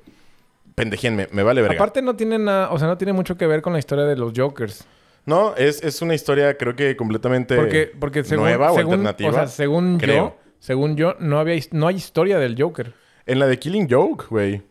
A: Pendejenme, me vale verga.
B: Aparte no tiene nada, o sea, no tiene mucho que ver con la historia de los Jokers.
A: no, es, es una historia creo que completamente
B: Porque, porque según,
A: nueva o
B: según-
A: alternativa.
B: O sea, según
A: creo.
B: yo, según yo, no había his- no hay historia del Joker.
A: En la de Killing Joke, güey.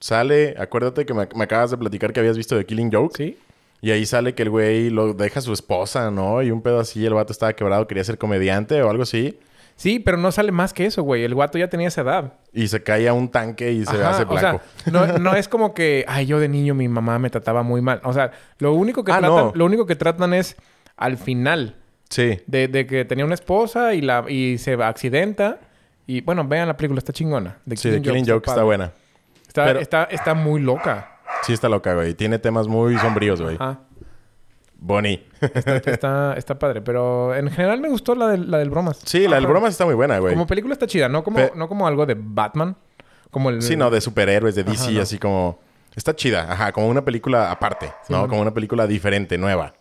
A: Sale, acuérdate que me, me acabas de platicar que habías visto de Killing Joke.
B: ¿Sí?
A: Y ahí sale que el güey lo deja a su esposa, ¿no? Y un pedo así, el vato estaba quebrado, quería ser comediante o algo así.
B: Sí, pero no sale más que eso, güey. El guato ya tenía esa edad.
A: Y se cae a un tanque y se
B: Ajá,
A: hace
B: o sea,
A: blanco.
B: no, no es como que, ay, yo de niño mi mamá me trataba muy mal. O sea, lo único que,
A: Ah,
B: tratan,
A: no.
B: lo único que tratan es al final.
A: Sí.
B: De, de que tenía una esposa y, la, y se accidenta. Y bueno, vean la película, está chingona. The
A: Sí, de Killing Joke está
B: padre.
A: buena.
B: Está,
A: pero-
B: está, está muy loca.
A: Sí está loca, güey. Tiene temas muy sombríos, güey.
B: Ajá.
A: Bonnie.
B: Está, está padre. Pero en general me gustó la del, la del bromas.
A: sí, la del
B: Ajá.
A: bromas está muy buena, güey.
B: Como película está chida, no como,
A: Pe-
B: no como algo de Batman. Como el.
A: Sí, no, de superhéroes, de DC,
B: Ajá, no.
A: así como... Está chida, ajá, como una película aparte, ¿no? Como una película diferente, nueva.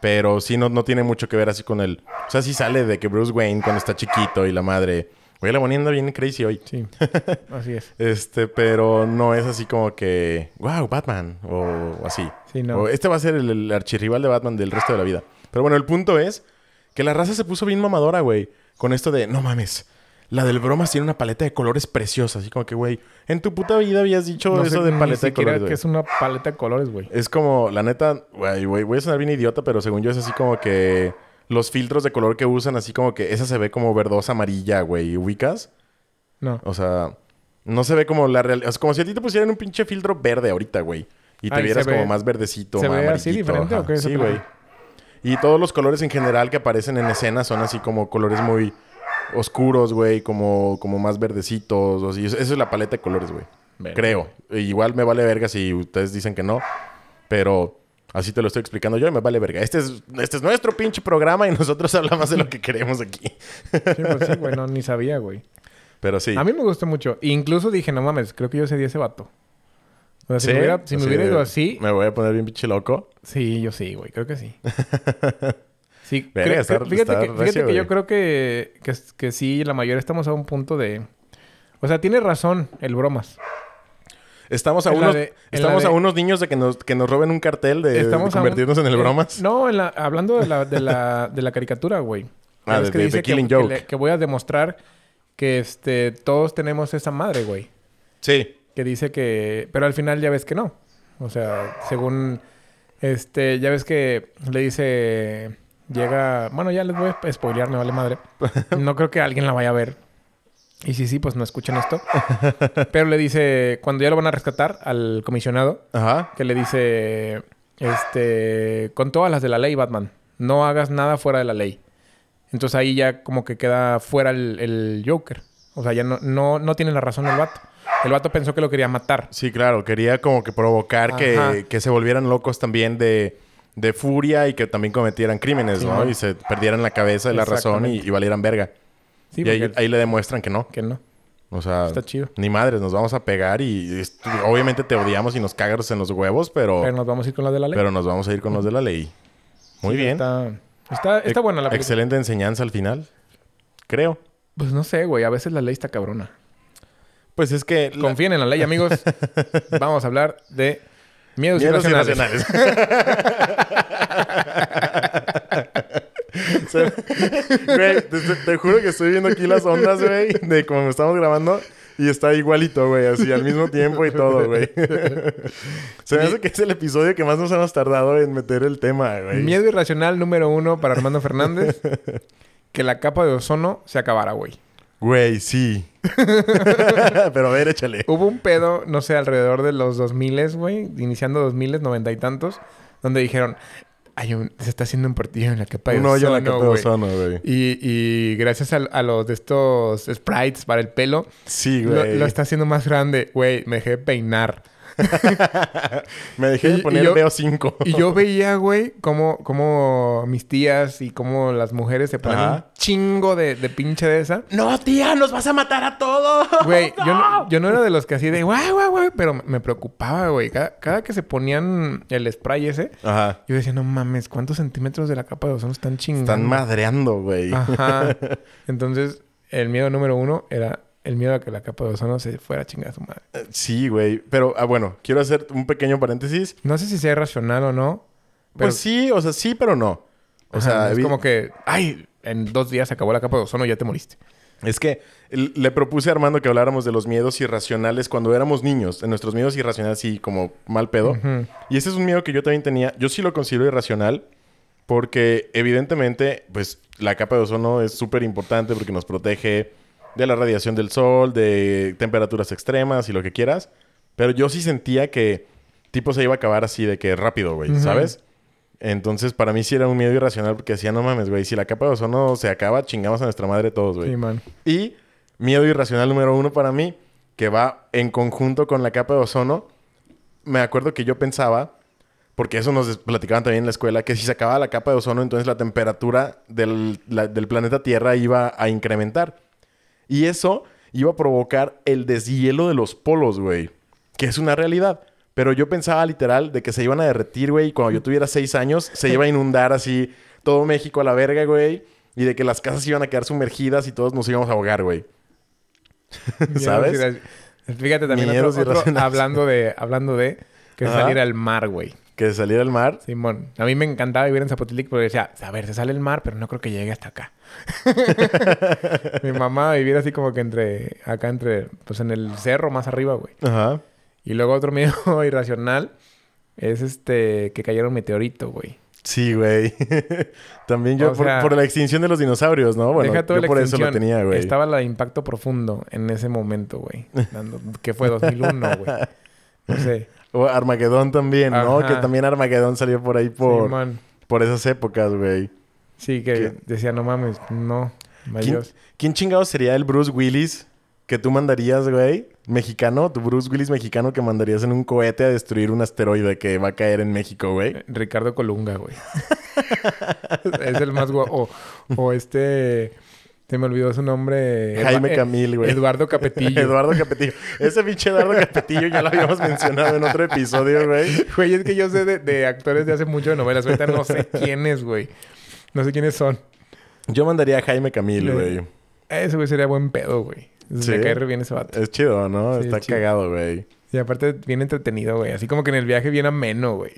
A: Pero sí, no, no tiene mucho que ver así con el... O sea, sí sale de que Bruce Wayne cuando está chiquito y la madre... Güey, la Bonnie anda bien crazy hoy.
B: Sí. Así es.
A: Este, pero no es así como que... ¡Wow, Batman! O, o así.
B: Sí, no.
A: O este va a ser el, el archirrival de Batman del resto de la vida. Pero bueno, el punto es que la raza se puso bien mamadora, güey. Con esto de, no mames, la del bromas tiene una paleta de colores preciosa. Así como que, güey, en tu puta vida habías dicho
B: No sé
A: eso de
B: ni
A: paleta de
B: siquiera
A: colores.
B: que
A: güey.
B: es una paleta de colores, güey.
A: Es como, la neta, güey, güey, voy a sonar bien idiota, pero según yo es así como que los filtros de color que usan, así como que esa se ve como verdosa amarilla, güey. ¿Ubicas?
B: No.
A: O sea, no se ve como la realidad. Es como si a ti te pusieran un pinche filtro verde ahorita, güey. Y te
B: Ay,
A: vieras
B: se ve-
A: como más verdecito,
B: ¿se
A: más
B: ve así
A: amarillito.
B: diferente
A: ajá.
B: o qué es
A: Sí,
B: esa
A: güey.
B: película?
A: Y todos los colores en general que aparecen en escena son así como colores muy oscuros, güey. Como, como más verdecitos. o así. Esa es la paleta de colores, güey.
B: Verga.
A: Creo. E Igual me vale verga si ustedes dicen que no. Pero así te lo estoy explicando yo y me vale verga. Este es, este es nuestro pinche programa y nosotros hablamos de lo que queremos aquí.
B: Sí, pues sí, güey. No, ni sabía, güey.
A: Pero sí.
B: A mí me gustó mucho. Incluso dije, no mames, creo que yo sería ese vato. O sea, si
A: Sí,
B: me hubiera, si me
A: así
B: hubiera
A: de-
B: ido así,
A: Me voy a poner bien pinche loco.
B: sí, yo sí, güey, creo que sí. Sí,
A: Verga,
B: creo-
A: está-
B: creo- fíjate,
A: está
B: que, fíjate
A: recio,
B: que yo
A: güey.
B: creo que, que, que sí, la mayoría estamos a un punto de... O sea, tiene razón el bromas.
A: Estamos a
B: En la
A: unos,
B: de- en la
A: estamos
B: de-
A: a unos niños de que nos, que nos roben un cartel Este, de, de
B: Estamos a un-
A: convertirnos en el
B: eh,
A: bromas.
B: No, en la- hablando de la, de la, de la caricatura, güey.
A: Ah,
B: Es
A: de-
B: que
A: de-
B: dice
A: de
B: que-
A: Killing
B: que
A: Joke.
B: le- que voy a demostrar que este, todos tenemos esa madre, güey.
A: Sí.
B: que dice que, pero al final ya ves que no. O sea, según este, ya ves que le dice llega, bueno, ya les voy a spoilear, me vale madre. No creo que alguien la vaya a ver. Y si sí, pues no escuchen esto. Pero le dice, cuando ya lo van a rescatar al comisionado,
A: Ajá.
B: que le dice, este, con todas las de la ley, Batman, no hagas nada fuera de la ley. Entonces ahí ya como que queda fuera el, el Joker. O sea, ya no, no, no tiene la razón el vato. El vato pensó que lo quería matar.
A: Sí, claro, quería como que provocar
B: Ajá.
A: que, que se volvieran locos también de, de furia y que también cometieran crímenes, ¿no?
B: Simón.
A: Y se perdieran la cabeza y la razón y,
B: Exactamente.
A: y valieran verga.
B: Sí,
A: y ahí,
B: porque-
A: ahí le demuestran que no.
B: que no.
A: O sea,
B: Está chido.
A: ni madres, nos vamos a pegar y, y est- obviamente te odiamos y nos cagas en los huevos, pero,
B: Pero
A: pero,
B: nos vamos a ir con la de la ley.
A: nos vamos a ir con los de la ley. Muy bien.
B: Está, está, está
A: Ex-
B: buena la película.
A: Excelente enseñanza al final. Creo.
B: Pues no sé, güey. A veces la ley está cabrona.
A: Pues es que... la-
B: Confíen en la ley, amigos. Vamos a hablar de miedos,
A: Miedos
B: irracionales.
A: irracionales. Se- Güey, te, te- te juro que estoy viendo aquí las ondas, güey, de cómo estamos grabando y está igualito, güey, así al mismo tiempo y todo, güey. Se me hace que es el episodio que más nos hemos tardado en meter el tema, güey.
B: Miedo irracional número uno para Armando Fernández. que la capa de ozono se acabara, güey.
A: Güey, sí. Pero a ver, échale.
B: Hubo un pedo, no sé, alrededor de los 2000, güey. Iniciando 2000, noventa y tantos. Donde dijeron... Hay un, se está haciendo un partido en la capa de
A: Un
B: ozono,
A: hoyo en la capa de
B: güey".
A: ozono, güey.
B: Y, y gracias al- a, los de estos sprites para el pelo,
A: Sí,
B: lo,
A: güey.
B: lo está haciendo más grande. Güey, me dejé de peinar.
A: Me dejé
B: Y-
A: de
B: y
A: poner
B: yo-
A: BO5.
B: Y yo veía, güey, cómo, cómo mis tías y cómo las mujeres se ponen
A: Ajá.
B: un chingo de, de pinche de esa.
A: No, tía, nos vas a matar a todos.
B: Güey, yo, no, yo no era de los que así de guau, guau, guau, pero me preocupaba, güey. Cada, cada que se ponían el spray ese,
A: Ajá.
B: yo decía, no mames, ¿cuántos centímetros de la capa de ozono están chingando?
A: Están madreando, güey.
B: Ajá. Entonces, el miedo número uno era el miedo a que la capa de ozono se fuera a chingar a su madre.
A: Eh, Sí, güey. Pero, ah, bueno, quiero hacer un pequeño paréntesis.
B: No sé si sea irracional o no. Pero,
A: pues sí, o sea, sí, pero no. O
B: ajá,
A: sea,
B: es
A: vi-
B: como que, ay, en dos días se acabó la capa de ozono y ya te moriste.
A: es que l- le propuse a Armando que habláramos de los miedos irracionales cuando éramos niños. En nuestros miedos irracionales, sí, como mal pedo.
B: Ujú.
A: Y ese es un miedo que yo también tenía. Yo sí lo considero irracional porque, evidentemente, pues la capa de ozono es súper importante porque nos protege de la radiación del sol, de temperaturas extremas y lo que quieras. Pero yo sí sentía que tipo se iba a acabar así de que rápido, güey,
B: Ujú.
A: ¿sabes? Entonces, para mí sí era un miedo irracional porque decía, no mames, güey, si la capa de ozono se acaba, chingamos a nuestra madre todos, güey.
B: Sí, man.
A: Y miedo irracional número uno para mí, que va en conjunto con la capa de ozono. Me acuerdo que yo pensaba, porque eso nos des- platicaban también en la escuela, que si se acababa la capa de ozono, entonces la temperatura del, la- del planeta Tierra iba a incrementar. Y eso iba a provocar el deshielo de los polos, güey. Que es una realidad. Pero yo pensaba literal de que se iban a derretir, güey. Y cuando yo tuviera seis años, se iba a inundar así todo México a la verga, güey. Y de que las casas iban a quedar sumergidas y todos nos íbamos a ahogar, güey. ¿Sabes?
B: Miedos irra- Fíjate también otro,
A: Miedos
B: otro
A: irracionales.
B: hablando de, hablando de que
A: Ajá.
B: salir al mar, güey.
A: Que se saliera al mar.
B: Simón. A mí me encantaba vivir en Zapotilic porque decía, a ver, se sale el mar, pero no creo que llegue hasta acá. Mi mamá vivía así como que entre, acá entre, pues en el cerro más arriba, güey.
A: Ajá.
B: Y luego otro miedo irracional es este que cayera un meteorito, güey.
A: Sí, güey. También yo
B: O
A: por,
B: sea,
A: por la extinción de los dinosaurios, ¿no? Bueno,
B: Deja todo
A: yo
B: la
A: por eso lo
B: extinción.
A: tenía, güey.
B: Estaba la de impacto profundo en ese momento, güey. Dando- que fue 2001, güey. No sé.
A: O Armagedón también, ¿no?
B: Ajá.
A: Que también Armagedón salió por ahí por,
B: Simón.
A: por esas épocas, güey.
B: Sí, que
A: ¿Qué?
B: decía, no mames, no. Ay,
A: ¿Quién,
B: Dios.
A: quién chingado sería el Bruce Willis que tú mandarías, güey? Mexicano, tu Bruce Willis mexicano que mandarías en un cohete a destruir un asteroide que va a caer en México,
B: Eh,
A: güey.
B: Ricardo Colunga, güey. es el más guapo. O, o este... Se me olvidó su nombre.
A: Jaime
B: Edua- eh,
A: Camil, güey.
B: Eduardo Capetillo.
A: Eduardo Capetillo. Ese pinche Eduardo Capetillo ya lo habíamos mencionado en otro episodio, güey.
B: Güey, es que yo sé de, de actores de hace mucho de novelas. Ahorita no sé quiénes, güey. No sé quiénes son.
A: Yo mandaría a Jaime Camil, güey.
B: Ese güey sería buen pedo, güey.
A: Sí.
B: Me cae re bien ese vato.
A: Es chido, ¿no?
B: Sí,
A: Está
B: es chido.
A: cagado, güey.
B: Y aparte, bien entretenido, güey. Así como que en el viaje bien ameno, güey.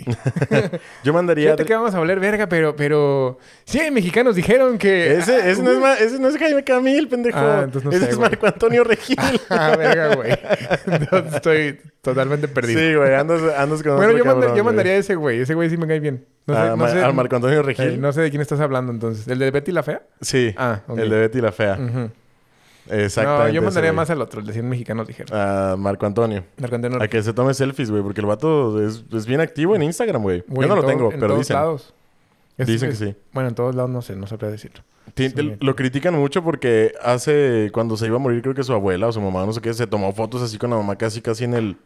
A: Yo mandaría...
B: Fíjate que vamos a hablar verga, pero... pero... Sí, mexicanos dijeron que...
A: Ese, ese no es, ma- ese no es Jaime Camil, pendejo.
B: Ah, entonces no
A: ese
B: sé,
A: es
B: güey.
A: Marco Antonio Regil.
B: Ah, verga, güey. Entonces, Estoy totalmente perdido.
A: sí, güey. Andas, andas con
B: bueno,
A: otro
B: yo, manda-
A: cabrón,
B: yo
A: güey.
B: mandaría a ese güey. Ese güey sí me cae bien. No sé,
A: a,
B: no
A: Ma-
B: sé,
A: a Marco Antonio
B: eh,
A: Regil.
B: no sé de quién estás hablando, entonces. ¿El de Betty la Fea?
A: Sí.
B: Ah, ok.
A: El de Betty la Fea.
B: Ujú.
A: Exactamente.
B: No, yo mandaría
A: ese,
B: más al otro. El de 100 mexicanos dijeron.
A: güey. a Marco Antonio.
B: Marco Antonio
A: A que se tome selfies, güey, porque el vato es, es bien activo en Instagram, güey.
B: Güey,
A: Yo no lo
B: en todo-
A: tengo,
B: en
A: pero
B: todos
A: dicen.
B: lados. Es-
A: Dicen que
B: es-
A: sí.
B: Bueno, en todos lados no sé, no sabría decirlo.
A: Ti-
B: Sí.
A: te- Lo critican mucho porque hace... Cuando se iba a morir, creo que su abuela o su mamá, no sé qué, se tomó fotos así con la mamá casi casi en el...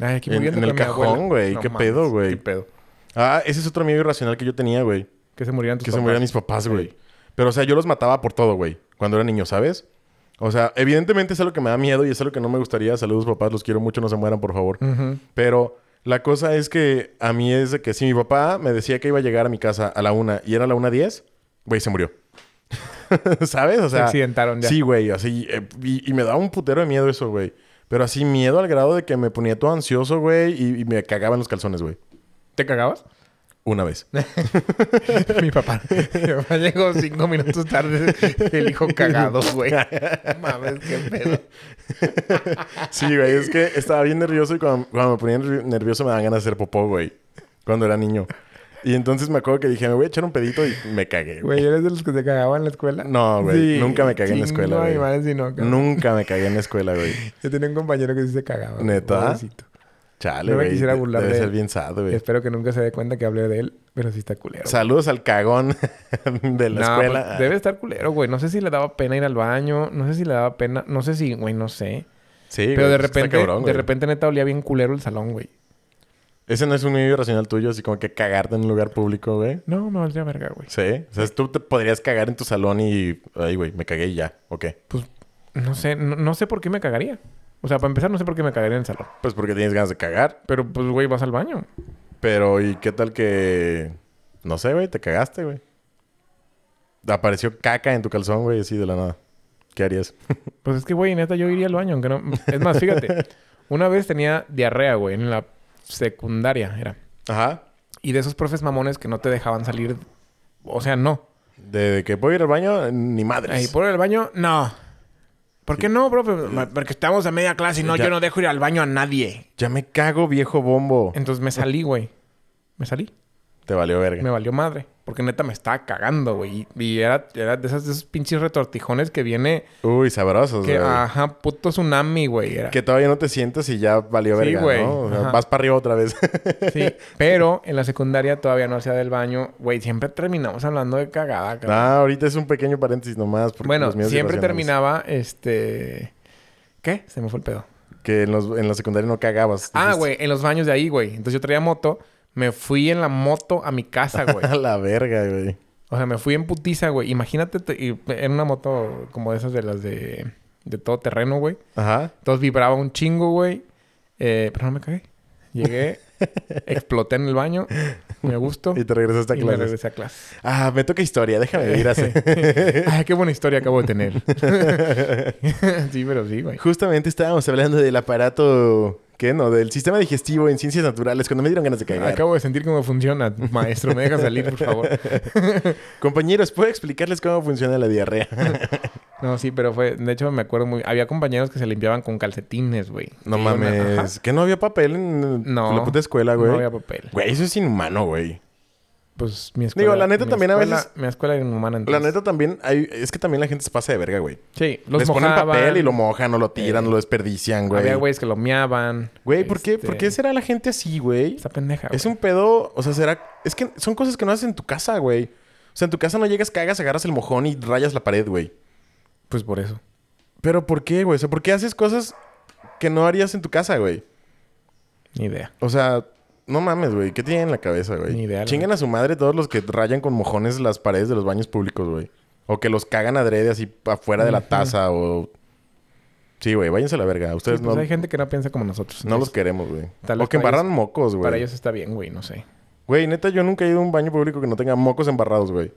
B: Ay, aquí
A: En-
B: muriendo
A: en el
B: con mi abuela.
A: cajón, güey. ¿Qué pedo, güey?
B: ¿Qué pedo?
A: Ah, ese es otro miedo irracional que yo tenía, güey.
B: Que se murieran tus
A: Que se murieran mis
B: papás.
A: papás, güey. Pero, o sea, yo los mataba por todo, güey. Cuando era niño, ¿sabes? O sea, evidentemente es algo que me da miedo y es algo que no me gustaría. Saludos, papás. Los quiero mucho. No se mueran, por favor.
B: Ujú.
A: Pero la cosa es que a mí es de que si mi papá me decía que iba a llegar a mi casa a la una y era la una diez, güey, se murió. ¿Sabes? O
B: Se
A: sea,
B: accidentaron ya.
A: sí, güey. Así, eh, y, y me daba un putero de miedo eso, güey. Pero así miedo al grado de que me ponía todo ansioso, güey, y, y me cagaban los calzones, güey.
B: ¿Te cagabas?
A: Una vez.
B: mi papá. Mi papá llegó cinco minutos tarde. El hijo cagado, güey. Mames, qué pedo.
A: Sí, güey, es que estaba bien nervioso y cuando, cuando me ponía nervi- nervioso me daban ganas de hacer popó, güey. Cuando era niño. Y entonces me acuerdo que dije, me voy a echar un pedito y me cagué, güey.
B: Güey, ¿eres de los que se cagaban en la escuela?
A: No, güey, nunca me cagué en la escuela,
B: No, mi
A: güey.
B: madre sí no. cabrón.
A: Nunca me cagué en la escuela, güey.
B: Yo tenía un compañero que sí se cagaba.
A: ¿Neta?
B: pobrecito.
A: Chale,
B: No me
A: güey.
B: quisiera
A: de-
B: burlar
A: Debe
B: de
A: ser
B: él.
A: bien sad, güey.
B: Espero que nunca se dé cuenta que hablé de él, pero sí está culero.
A: Saludos al cagón de la
B: No,
A: escuela. ah.
B: pues, debe estar culero, güey. No sé si le daba pena ir al baño. No sé si le daba pena. No sé si, güey, no sé.
A: Sí,
B: Pero
A: güey,
B: de
A: está
B: repente,
A: cabrón,
B: de
A: güey.
B: repente neta olía bien culero el salón, güey.
A: Ese no es un medio irracional tuyo, así como que cagarte en un lugar público, güey.
B: No, me valdría verga, güey.
A: Sí. O sea, tú te podrías cagar en tu salón y. Ay, güey, me cagué y ya. ¿O qué?
B: Pues, No sé, no, no sé por qué me cagaría. O sea, para empezar, no sé por qué me cagaría en el salón.
A: Pues porque tienes ganas de cagar.
B: Pero, pues, güey, vas al baño.
A: Pero, ¿y qué tal que.? No sé, güey, te cagaste, güey. Apareció caca en tu calzón, güey, así de la nada. ¿Qué harías?
B: Pues es que, güey, neta, yo iría al baño, aunque no. Es más, fíjate. una vez tenía diarrea, güey, en la secundaria, era.
A: Ajá.
B: Y de esos profes mamones que no te dejaban salir. O sea, no.
A: ¿De, de que puedo ir al baño? Ni madres.
B: Ahí, ¿por el baño? No. ¿Por qué no, profe? Ma- Porque estamos a media clase y no,
A: Ya.
B: yo no dejo ir al baño a nadie.
A: Ya me cago, viejo bombo.
B: Entonces me salí, güey. Me salí.
A: Te valió verga.
B: Me valió madre. Porque neta me estaba cagando, güey. Y, y era, era de, esas, de esos pinches retortijones que viene...
A: Uy, sabrosos,
B: Que,
A: güey.
B: ajá, puto tsunami, güey. era.
A: Que todavía no te sientes y ya valió
B: Sí,
A: verga,
B: güey.
A: ¿no? O sea,
B: Ajá.
A: vas para arriba otra vez.
B: Sí. Pero en la secundaria todavía no hacía del baño. Güey, siempre terminamos hablando de cagada, cabrón.
A: ah, ahorita es un pequeño paréntesis nomás. porque
B: bueno,
A: los míos
B: siempre
A: irracionales.
B: terminaba, este... ¿Qué? Se me fue el pedo.
A: Que en, los- en la secundaria no cagabas.
B: Ah,
A: dijiste.
B: güey, en los baños de ahí, güey. Entonces yo traía moto, me fui en la moto a mi casa, güey.
A: A la verga, güey.
B: o sea, me fui en putiza, güey. Imagínate te- y- en una moto como de esas de las de, de todo terreno, güey.
A: Ajá.
B: Entonces vibraba un chingo, güey. Eh, pero no me cagué. Llegué, exploté en el baño, me gustó
A: Y te regresaste a
B: y me
A: clases.
B: regresé a clase.
A: Ah, me toca historia. Déjame ir a hacer.
B: Ay, qué buena historia acabo de tener. sí, pero sí, güey.
A: Justamente estábamos hablando del aparato, ¿qué no? Del sistema digestivo en ciencias naturales, cuando me dieron ganas de cagar.
B: Acabo de sentir cómo funciona. Maestro, me deja salir, por favor.
A: Compañeros, ¿puedo explicarles cómo funciona la diarrea?
B: No, sí, pero fue... De hecho, me acuerdo muy... Había compañeros que se limpiaban con calcetines, güey.
A: No
B: Sí, una- ajá.
A: mames, que no había papel en
B: No.
A: la puta escuela, güey.
B: No había papel.
A: Güey, eso es inhumano, güey.
B: Pues mi escuela...
A: la neta
B: mi
A: también a
B: escuela-
A: veces-
B: Mi escuela era
A: La
B: inhumana, entonces.
A: neta también, hay, es que también la gente se pasa de verga, güey.
B: Sí. Los
A: Les ponen
B: mojaban. eh,
A: papel y lo mojan o lo tiran o lo desperdician, güey.
B: Había güeyes que lo meaban.
A: Güey, ¿por qué,
B: Este,
A: ¿por qué será la gente así, güey?
B: Está pendeja,
A: Es
B: güey.
A: un pedo, o sea, será... Es que son cosas que no haces en tu casa, güey. O sea, en tu casa no llegas, cagas, agarras el mojón y rayas la pared, güey.
B: Pues por eso.
A: Pero ¿por qué, güey? O sea, ¿por qué haces cosas que no harías en tu casa, güey?
B: Ni idea.
A: O sea, no mames, güey. ¿Qué tienen en la cabeza, güey?
B: Ni idea, la
A: Chingan a su madre todos los que rayan con mojones las paredes de los baños públicos, güey. O que los cagan adrede así afuera de la taza o... Sí, güey. Váyanse a la verga. Ustedes
B: Sí, pues
A: no,
B: hay gente que no piensa como nosotros.
A: no los
B: entonces,
A: queremos, güey.
B: Tal vez
A: O que
B: para
A: embarran mocos, güey.
B: Para ellos está bien, güey. No sé.
A: Güey, neta, yo nunca he ido a un baño público que no tenga mocos embarrados, güey.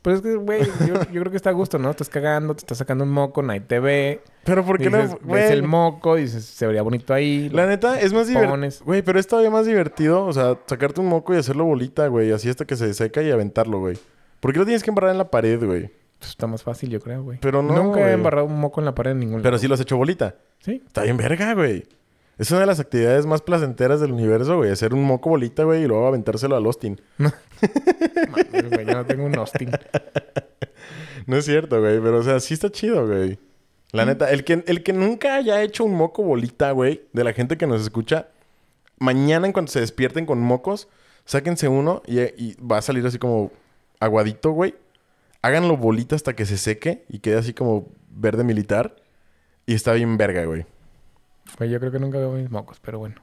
B: Pues es que, güey, yo, yo creo que está a gusto, ¿no? Estás cagando, te estás sacando un moco, nadie te ve.
A: Pero ¿por qué
B: dices,
A: no...?
B: Ves
A: güey?
B: el moco, dices, se vería bonito ahí.
A: La neta, es más
B: Pones.
A: divertido. Güey, pero es todavía más divertido, o sea, sacarte un moco y hacerlo bolita, güey, así hasta que se seca y aventarlo, güey. ¿Por qué lo tienes que embarrar en la pared, güey?
B: Pues está más fácil, yo creo, güey.
A: Pero no,
B: Nunca he
A: güey.
B: embarrado un moco en la pared en ningún
A: Pero
B: lado.
A: sí lo has hecho bolita.
B: Sí.
A: Está bien verga, güey. Es una de las actividades más placenteras del universo, güey. Hacer un moco bolita, güey, y luego aventárselo al Austin.
B: Madre, güey, yo no tengo un Austin.
A: No es cierto, güey, pero o sea, sí está chido, güey. La neta, el que, el que nunca haya hecho un moco bolita, güey, de la gente que nos escucha, mañana en cuanto se despierten con mocos, sáquense uno y, y va a salir así como aguadito, güey. Háganlo bolita hasta que se seque y quede así como verde militar. Y está bien verga, güey.
B: Güey, yo creo que nunca veo mis mocos, pero bueno.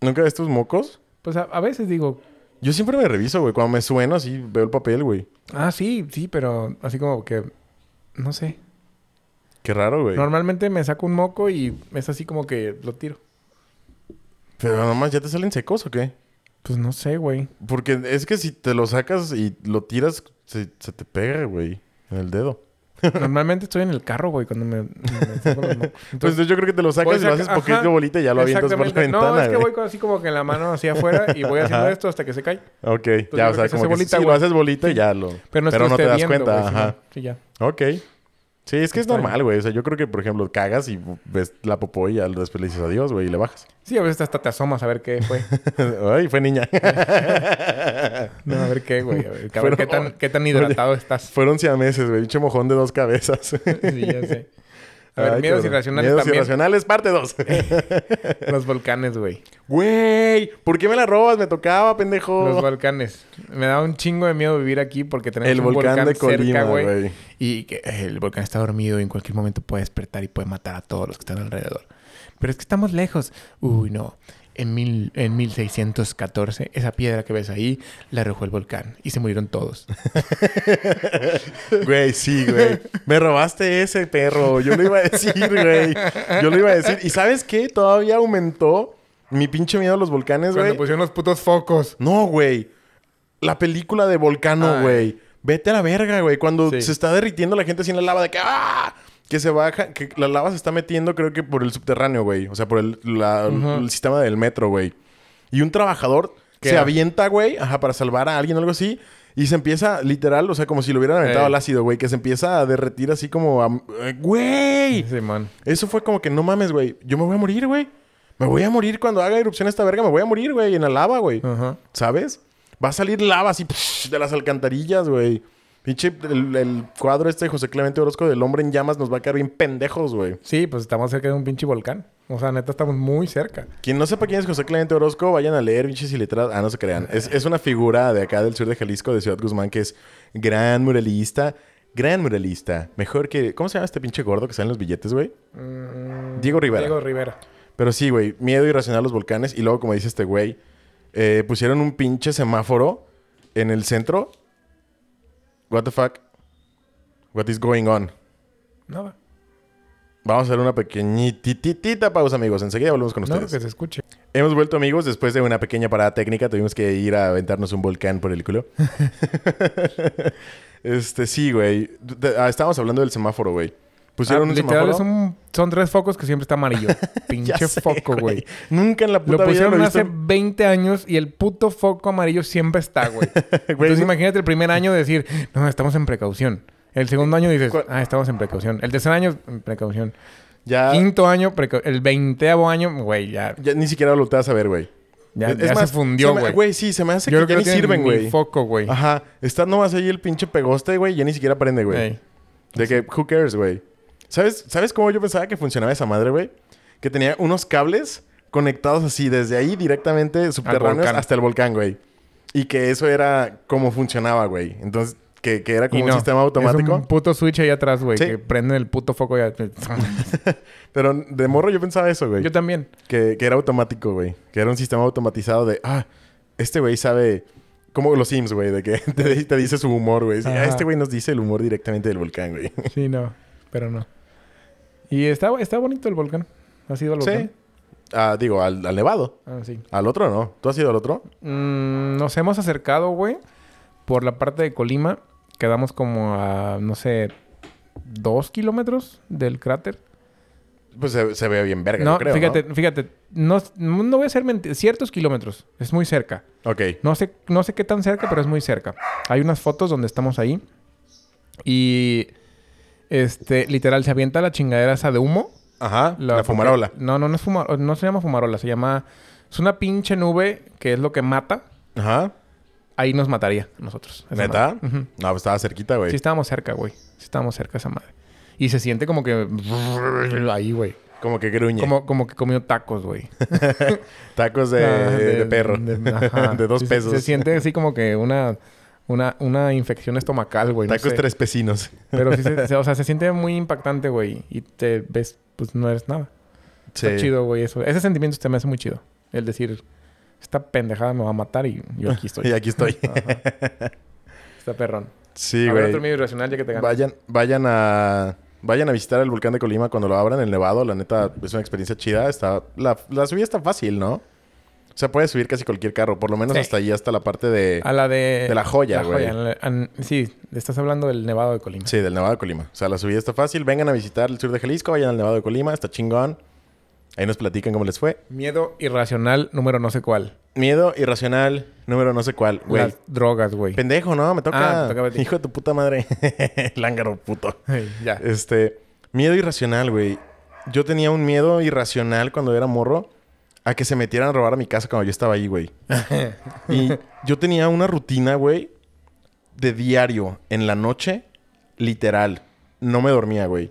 A: ¿Nunca ves tus mocos?
B: Pues a, a veces digo,
A: Yo siempre me reviso, güey. Cuando me sueno así, veo el papel, güey.
B: ah, sí, sí, pero así como que, no sé.
A: Qué raro, güey.
B: Normalmente me saco un moco y es así como que lo tiro.
A: Pero nomás, ¿ya te salen secos o qué?
B: Pues no sé, güey.
A: Porque es que si te lo sacas y lo tiras, se, se te pega, güey, en el dedo.
B: Normalmente estoy en el carro, güey, cuando me, me saco los mocos.
A: Entonces,
B: Entonces,
A: yo creo que te lo sacas
B: voy
A: y lo
B: saca-
A: haces
B: ajá.
A: poquito bolita y ya lo avientas por la
B: exactamente.
A: ventana,
B: No, es que
A: güey.
B: voy con- así como que la mano hacia afuera y voy haciendo
A: Ajá.
B: esto hasta que se cae.
A: Ok,
B: yo
A: ya,
B: creo
A: o sea,
B: que se
A: como
B: hace
A: que sí,
B: bolita,
A: lo
B: güey.
A: haces bolita y ya lo...
B: Pero no, es que
A: Pero
B: lo
A: no te
B: esté
A: das
B: viendo,
A: cuenta,
B: güey,
A: ajá.
B: Simón. Sí, ya.
A: Ok. Sí, es que es
B: Está bien.
A: normal, güey. O sea, yo creo que, por ejemplo, cagas y ves la popó y al después le dices adiós, güey, y le bajas.
B: Sí, a veces hasta te asomas a ver qué fue.
A: Ay, fue niña.
B: No, a ver qué, güey. A ver, a ver
A: Fueron-
B: qué, tan, qué tan hidratado estás.
A: Fueron siameses, güey. Un chemojón de dos cabezas.
B: Sí, ya sé. A ver,
A: Ay,
B: miedos
A: cabrón.
B: irracionales
A: Miedos
B: también.
A: irracionales, parte dos.
B: Los volcanes, güey.
A: Güey, ¿por qué me la robas? Me tocaba, pendejo.
B: Los volcanes. Me da un chingo de miedo vivir aquí porque tenemos
A: El
B: un
A: volcán, de
B: cerca,
A: Colima,
B: güey.
A: güey.
B: Y que eh, el volcán está dormido y en cualquier momento puede despertar y puede matar a todos los que están alrededor. Pero es que estamos lejos. Uy, no. En, mil, en 1614, esa piedra que ves ahí la arrojó el volcán y se murieron todos.
A: Güey, sí, güey. Me robaste ese perro. Yo lo iba a decir, güey. Yo lo iba a decir. ¿Y sabes qué? Todavía aumentó mi pinche miedo a los volcanes,
B: Cuando
A: güey.
B: pusieron los putos focos.
A: No, güey. La película de Volcano,
B: Ay.
A: güey. Vete a la verga, güey. Cuando
B: Sí.
A: se está derritiendo la gente así en la lava de que ¡ah! Que se baja, que la lava se está metiendo, creo que por el subterráneo, güey. O sea, por el, la- el sistema del metro, güey. Y un trabajador
B: ¿Qué?
A: se avienta, güey, ajá, para salvar a alguien o algo así. Y se empieza, literal, o sea, como si lo hubieran aventado
B: Ey.
A: al ácido, güey. Que se empieza a derretir así como a... eh, ¡Güey!
B: Sí, man.
A: Eso fue como que no mames, güey. Yo me voy a morir, güey. Me voy a morir cuando haga erupción esta verga. Me voy a morir, güey, en la lava, güey.
B: Ajá.
A: ¿Sabes? Va a salir lava así psh, de las alcantarillas, güey. Pinche, el, el cuadro este de José Clemente Orozco del hombre en llamas nos va a caer bien pendejos, güey.
B: Sí, pues estamos cerca de un pinche volcán. O sea, neta, estamos muy cerca.
A: Quien no sepa quién es José Clemente Orozco, vayan a leer pinches y letras. Ah, no se crean. Es, es una figura de acá del sur de Jalisco, de Ciudad Guzmán, que es gran muralista. Gran muralista. Mejor que... ¿Cómo se llama este pinche gordo que sale en los billetes, güey? Diego Rivera.
B: Mm, Diego Rivera.
A: Pero sí, güey, miedo irracional a los volcanes. Y luego, como dice este güey, eh, pusieron un pinche semáforo en el centro. What the fuck? What is going on?
B: Nada.
A: Vamos a hacer una pequeñitita pausa, amigos. Enseguida volvemos con
B: Nada que
A: ustedes.
B: se escuche.
A: Hemos vuelto, amigos, después de una pequeña parada técnica. Tuvimos que ir a aventarnos un volcán por el culo. este, sí, güey. De- ah, Estábamos hablando del semáforo, güey. Pusieron
B: Ah,
A: un
B: literal,
A: semáforo.
B: es un- son tres focos que siempre está amarillo.
A: Ya
B: Pinche
A: sé,
B: foco, güey.
A: Nunca en la
B: Lo
A: puta vida
B: pusieron
A: lo he
B: hace
A: visto.
B: 20 años y el puto foco amarillo siempre está, güey.
A: Güey,
B: Entonces imagínate el primer año decir, no, estamos en precaución. El segundo año dices,
A: ¿Cuál?
B: ah, estamos en precaución. El tercer año, en precaución.
A: ya,
B: Quinto año, preca- el veinteavo año, güey, ya,
A: ya ni siquiera lo te vas a ver, güey.
B: ya,
A: Es-
B: ya
A: es
B: se
A: más,
B: fundió,
A: se me-
B: güey.
A: Güey, sí, se me hace
B: Yo creo
A: que
B: que
A: ya
B: no
A: ni
B: tiene
A: sirven,
B: ni
A: güey.
B: foco, güey.
A: Ajá. Está nomás ahí el pinche pegoste, güey. Ya ni siquiera prende, güey.
B: Ey.
A: De que, who cares, güey. ¿Sabes, ¿Sabes cómo yo pensaba que funcionaba esa madre, güey? Que tenía unos cables conectados así, desde ahí directamente subterráneos
B: volcán.
A: hasta el volcán, güey. Y que eso era como funcionaba, güey. Entonces, que, que era como
B: Y
A: un
B: no,
A: sistema
B: Es
A: automático.
B: un puto switch ahí atrás, güey,
A: Sí.
B: que prenden el puto foco ya.
A: Pero de morro yo pensaba eso, güey.
B: Yo también.
A: Que, que era automático, güey. Que era un sistema automatizado de, ah, este güey sabe. Como los Sims, güey, de que te, te dice su humor, güey. Sí, ah,
B: Ajá.
A: este güey nos dice el humor directamente del volcán, güey.
B: Sí, no, pero no. Y está, está bonito el volcán. ¿Has ido al
A: Sí.
B: volcán?
A: Ah, digo, al, al nevado.
B: Ah, sí.
A: Al otro no. ¿Tú has ido al otro?
B: Mm, nos hemos acercado, güey, por la parte de Colima. Quedamos como a, no sé, dos kilómetros del cráter.
A: Pues se, se ve bien verga,
B: no,
A: yo creo.
B: fíjate, fíjate. No, no voy a ser mentira. Ciertos kilómetros. Es muy cerca.
A: ¿no? Ok.
B: No sé, no sé qué tan cerca, pero es muy cerca. Hay unas fotos donde estamos ahí. Y... Este, literal, se avienta la chingadera esa de humo.
A: Ajá. La,
B: porque-
A: fumarola.
B: No, no, no es fumarola. No se llama fumarola. Se llama... Es una pinche nube que es lo que mata.
A: Ajá.
B: Ahí nos mataría a nosotros. esa
A: ¿Neta?
B: madre. Ujú.
A: No, pues estaba cerquita, güey.
B: Sí estábamos cerca, güey. Sí estábamos cerca de esa madre. Y se siente como que... Ahí, güey.
A: Como que gruñe.
B: Como, como que comió tacos, güey.
A: Tacos de,
B: Ah,
A: de perro. De,
B: ajá.
A: dos
B: Sí, se-
A: pesos.
B: Se, siente así como que una... Una, una infección estomacal, güey. no
A: Tacos
B: sé.
A: tres pecinos.
B: Pero sí, se, se- o sea, se siente muy impactante, güey. Y te ves, pues no eres nada. Está
A: Sí.
B: chido, güey, eso. Ese sentimiento se me hace muy chido. El decir, esta pendejada me va a matar y yo aquí estoy.
A: Y aquí estoy.
B: Ajá. Está perrón.
A: Sí,
B: a ver,
A: güey.
B: otro medio irracional ya que te ganas.
A: Vayan, vayan a. Vayan a visitar el volcán de Colima cuando lo abran, el Nevado. La neta, es una experiencia chida. Está, la, la subida está fácil, ¿no? O sea, puedes subir casi cualquier carro. Por lo menos
B: Sí. Ah.
A: hasta allí, hasta la parte de...
B: A la de...
A: De la joya, güey.
B: en la- en- sí, estás hablando del Nevado de Colima.
A: Sí, del Nevado de Colima. O sea, la subida está fácil. Vengan a visitar el sur de Jalisco. Vayan al Nevado de Colima. Está chingón. Ahí nos platican cómo les fue.
B: Miedo irracional número no sé cuál.
A: Miedo irracional, número no sé cuál. Güey,
B: Las drogas, güey.
A: pendejo, ¿no? Me toca...
B: Ah, te tocaba a ti.
A: Hijo de tu puta madre. Lángaro, puto.
B: Ay, ya.
A: Este, miedo irracional, güey. Yo tenía un miedo irracional cuando era morro a que se metieran a robar a mi casa cuando yo estaba ahí, güey. y yo tenía una rutina, güey, de diario, en la noche, literal. No me dormía, güey.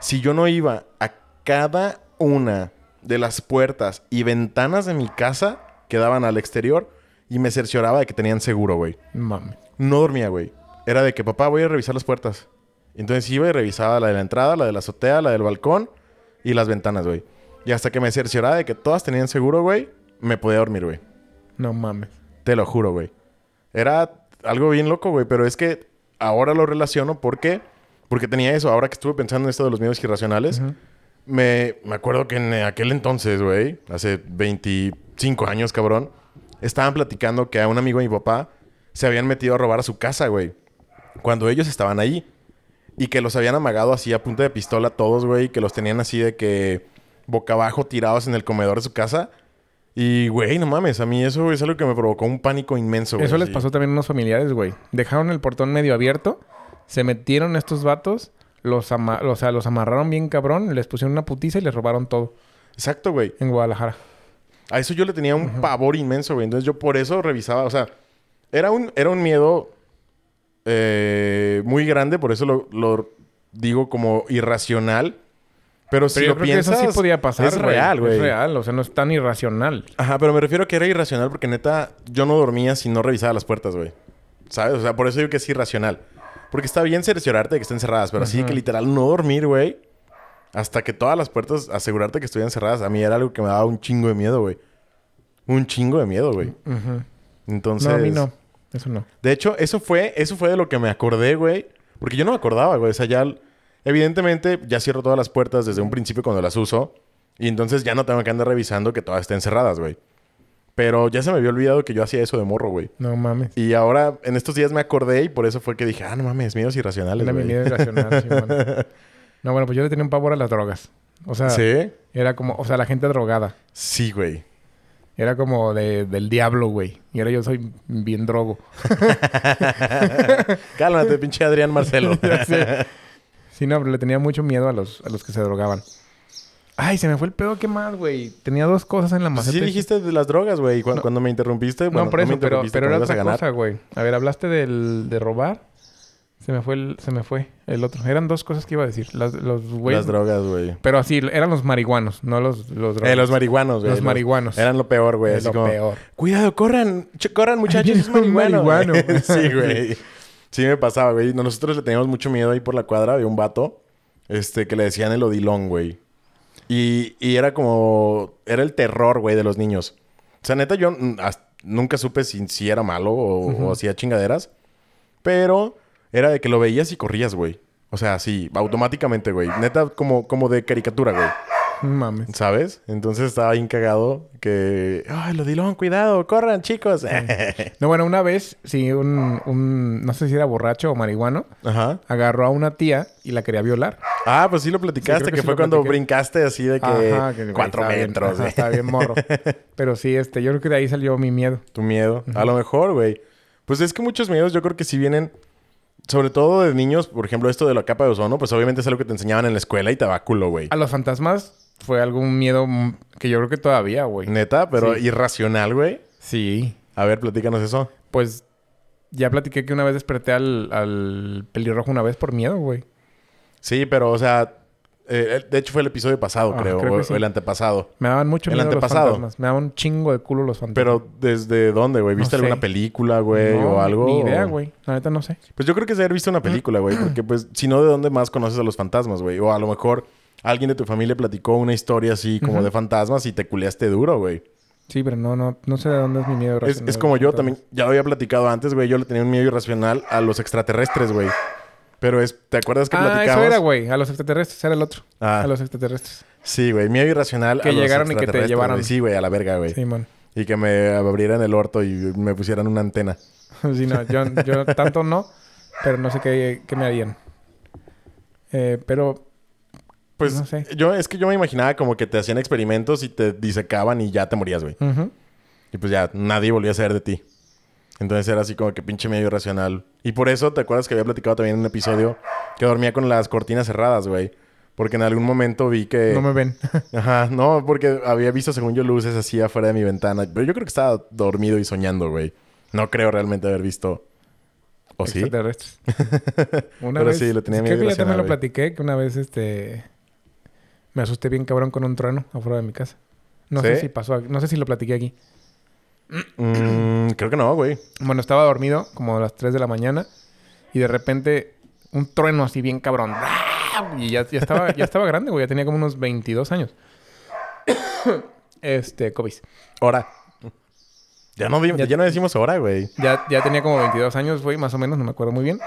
A: Si yo no iba a cada una de las puertas y ventanas de mi casa que daban al exterior y me cercioraba de que tenían seguro, güey.
B: Mami.
A: No dormía, güey. Era de que, papá, voy a revisar las puertas. Entonces iba y revisaba la de la entrada, la de la azotea, la del balcón y las ventanas, güey. Y hasta que me cercioraba de que todas tenían seguro, güey, me podía dormir, güey.
B: No mames.
A: Te lo juro, güey. Era algo bien loco, güey, pero es que ahora lo relaciono porque... Porque tenía eso. Ahora que estuve pensando en esto de los miedos irracionales,
B: Ujú.
A: me, me acuerdo que en aquel entonces, güey, hace 25 años, cabrón, estaban platicando que a un amigo de mi papá se habían metido a robar a su casa, güey. Cuando ellos estaban ahí. Y que los habían amagado así a punta de pistola todos, güey. Que los tenían así de que boca abajo tirados en el comedor de su casa. Y, güey, no mames. A mí eso es algo que me provocó un pánico inmenso, güey.
B: Eso les
A: así.
B: pasó también a unos familiares, güey. Dejaron el portón medio abierto, se metieron estos vatos, los, ama- o sea, los amarraron bien cabrón, les pusieron una putiza y les robaron todo
A: Exacto, güey.
B: en Guadalajara.
A: A eso yo le tenía un pavor inmenso, güey. Entonces yo por eso revisaba, o sea, era un, era un miedo eh, muy grande, por eso lo, lo digo como irracional. Pero, si
B: Pero yo
A: lo
B: creo
A: piensas,
B: que eso sí podía pasar.
A: Es real, güey.
B: Es real, o sea, no es tan irracional.
A: Ajá, pero me refiero a que era irracional porque neta, yo no dormía si no revisaba las puertas, güey. ¿Sabes? O sea, por eso digo que es irracional. Porque está bien cerciorarte de que estén cerradas, pero así de que literal no dormir, güey. Hasta que todas las puertas asegurarte que estuvieran cerradas, a mí era algo que me daba un chingo de miedo, güey. Un chingo de miedo, güey.
B: Ujú.
A: Entonces.
B: No, a mí no. Eso no.
A: De hecho, eso fue, eso fue de lo que me acordé, güey. Porque yo no me acordaba, güey. O sea, ya. Evidentemente, ya cierro todas las puertas desde un principio cuando las uso. Y entonces ya no tengo que andar revisando que todas estén cerradas, güey. Pero ya se me había olvidado que yo hacía eso de morro, güey.
B: No mames.
A: Y ahora, en estos días me acordé y por eso fue que dije, ah, no mames, miedos irracionales,
B: Era mi
A: güey.
B: miedo irracional, Simón. No, bueno, pues yo le tenía un pavor a las drogas. O sea,
A: ¿Sí?
B: era como, o sea, la gente drogada.
A: Sí, güey.
B: Era como de, del diablo, güey. Y ahora yo soy bien drogo.
A: Cálmate, pinche Adrián Marcelo. Pues
B: Ya sé. Sí, no, pero le tenía mucho miedo a los, a los que se drogaban. Ay, se me fue el pedo, ¿qué más, güey? Tenía dos cosas en la maceta.
A: sí dijiste de las drogas, güey. Y cu-
B: No.
A: Cuando me interrumpiste, bueno,
B: no, por eso,
A: me
B: pero,
A: interrumpiste
B: pero
A: cuando
B: era
A: ibas a
B: otra
A: ganar.
B: cosa, güey. A ver, hablaste del, de robar. Se me fue el, se me fue el otro. Eran dos cosas que iba a decir. Las, los güeyes.
A: Las drogas, güey.
B: Pero así, eran los marihuanos, no los, los drogas.
A: Eh, los marihuanos, güey.
B: Los marihuanos.
A: Eran lo peor, güey.
B: Es
A: así
B: lo
A: como,
B: peor.
A: Cuidado, corran, ch- corran, muchachos,
B: Viene
A: es marihuano.
B: un marihuano.
A: güey. sí, güey. Sí me pasaba, güey. Nosotros le teníamos mucho miedo ahí por la cuadra. Había un vato este, que le decían el odilón, güey. Y, y era como... Era el terror, güey, de los niños. O sea, neta, yo mm, hasta- nunca supe si, si era malo o, o hacía chingaderas. Pero era de que lo veías y corrías, güey. O sea, sí, automáticamente, güey. Neta, como, como de caricatura, güey.
B: No "Mm, Mames.
A: ¿Sabes? Entonces estaba bien cagado que... ¡Ay, lo dilón! ¡Cuidado! ¡Corran, chicos!
B: No, bueno, una vez, sí, un, un, no sé si era borracho o marihuano,
A: Ajá.
B: agarró a una tía y la quería violar.
A: Ah, pues sí lo
B: Sí,
A: platicaste,
B: creo que
A: que,
B: sí
A: fue
B: lo
A: cuando
B: platiqué.
A: brincaste así de que...
B: Ajá, que, güey,
A: cuatro
B: estaba bien-
A: metros.
B: ajá,
A: güey.
B: estaba bien morro. Pero sí, este, yo creo que de ahí salió mi miedo.
A: tu miedo. A lo mejor, güey. Pues es que muchos miedos yo creo que sí vienen... Sobre todo de niños, por ejemplo, esto de la capa de ozono, pues obviamente es algo que te enseñaban en la escuela y tabaculo, güey.
B: A los fantasmas fue algún miedo mm, que yo creo que todavía, güey.
A: Neta, pero
B: Sí.
A: irracional, güey.
B: Sí.
A: A ver, platícanos eso.
B: Pues ya platiqué que una vez desperté al, al pelirrojo una vez por miedo, güey.
A: Sí, pero, o sea, Eh, de hecho, fue el episodio pasado,
B: Ah,
A: creo.
B: creo que
A: o-
B: sí.
A: o el antepasado.
B: Me daban mucho
A: El
B: miedo
A: antepasado.
B: los fantasmas. Me daban un chingo de culo los fantasmas.
A: Pero, ¿desde dónde, güey? ¿Viste
B: No sé.
A: alguna película, güey?
B: No,
A: o algo.
B: Ni idea,
A: O-
B: güey. La neta no sé.
A: Pues yo creo que es de haber visto una película, güey. Porque, pues, si no, ¿de dónde más conoces a los fantasmas, güey? O a lo mejor alguien de tu familia platicó una historia así como
B: Ujú.
A: de fantasmas y te culeaste duro, güey.
B: Sí, pero no, no, no sé de dónde es mi miedo.
A: Es,
B: irracional
A: es
B: de
A: como yo
B: fantasmas.
A: también. Ya lo había platicado antes, güey. Yo le tenía un miedo irracional a los extraterrestres, güey. Pero es... ¿Te acuerdas que
B: Ah,
A: platicamos?
B: eso era, güey. A los extraterrestres. Era el otro.
A: Ah.
B: A los extraterrestres.
A: Sí, güey. Miedo irracional
B: Que
A: a los
B: llegaran y que te
A: extraterrestres,
B: llevaran.
A: güey. Sí, güey. A la verga, güey.
B: Sí, man.
A: Y que me abrieran el orto y me pusieran una antena.
B: Sí, no. Yo, yo tanto no. Pero no sé qué, qué me harían. Eh, pero...
A: Pues
B: No sé.
A: yo es que yo me imaginaba como que te hacían experimentos y te disecaban y ya te morías, güey.
B: ujú.
A: Y pues ya nadie volvía a saber de ti. Entonces era así como que pinche medio irracional. Y por eso, ¿te acuerdas que había platicado también en un episodio que dormía con las cortinas cerradas, güey? Porque en algún momento vi que...
B: No me ven.
A: Ajá, no, porque había visto, según yo, luces así afuera de mi ventana. Pero yo creo que estaba dormido y soñando, güey. No creo realmente haber visto... ¿O sí?
B: Extraterrestres. Una
A: Pero
B: vez,
A: sí, lo tenía
B: Creo
A: medio
B: que ya también
A: irracional,
B: lo
A: güey.
B: platiqué. Que una vez, este... Me asusté bien cabrón con un trueno afuera de mi casa. No sé
A: ¿Sí?
B: si pasó... aquí- No sé si lo platiqué aquí.
A: Mm, creo que no, güey.
B: Bueno, estaba dormido como a las 3 de la mañana y de repente un trueno así bien cabrón. ¡ah! Y ya, ya estaba, ya estaba grande, güey. Ya tenía como unos 22 años. Este, COVID.
A: Ahora. Ya no, di-
B: Ya-
A: ya no decimos ahora, güey.
B: Ya, ya tenía como 22 años, güey, más o menos, no me acuerdo muy bien.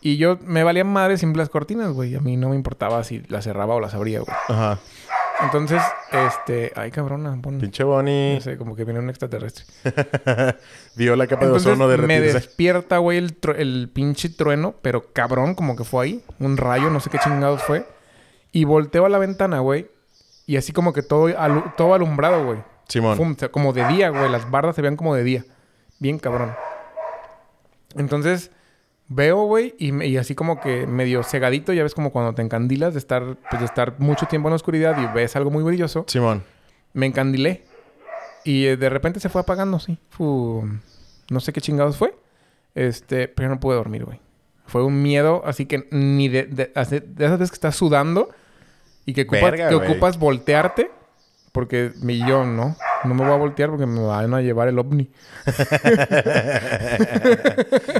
B: Y yo me valía madre siempre las cortinas, güey. A mí no me importaba si las cerraba o las abría, güey.
A: Ajá.
B: Entonces, este... Ay, cabrona, pon...
A: Pinche Bonnie.
B: No sé, como que viene un extraterrestre.
A: Vio la capa de
B: Entonces,
A: ozono
B: me
A: derretirse.
B: despierta, güey, el, tru- el pinche trueno, pero cabrón, como que fue ahí. Un rayo, no sé qué chingados fue. Y volteo a la ventana, güey. Y así como que todo, alu- todo alumbrado, güey.
A: Simón.
B: Fum, o sea, como de día, güey. Las bardas se vean como de día. Bien cabrón. Entonces, veo, güey, y, me- y así como que medio cegadito. Ya ves como cuando te encandilas de estar, pues, de estar mucho tiempo en la oscuridad y ves algo muy brilloso.
A: Simón.
B: Me encandilé. Y eh, de repente se fue apagando, sí. Fu- no sé qué chingados fue. Este, pero no pude dormir, güey. Fue un miedo, así que ni de, de- así- de esas veces que estás sudando y que ocupas,
A: Verga,
B: que
A: güey.
B: ocupas voltearte. Porque mi yo, ¿no? No me voy a voltear porque me van a llevar el ovni.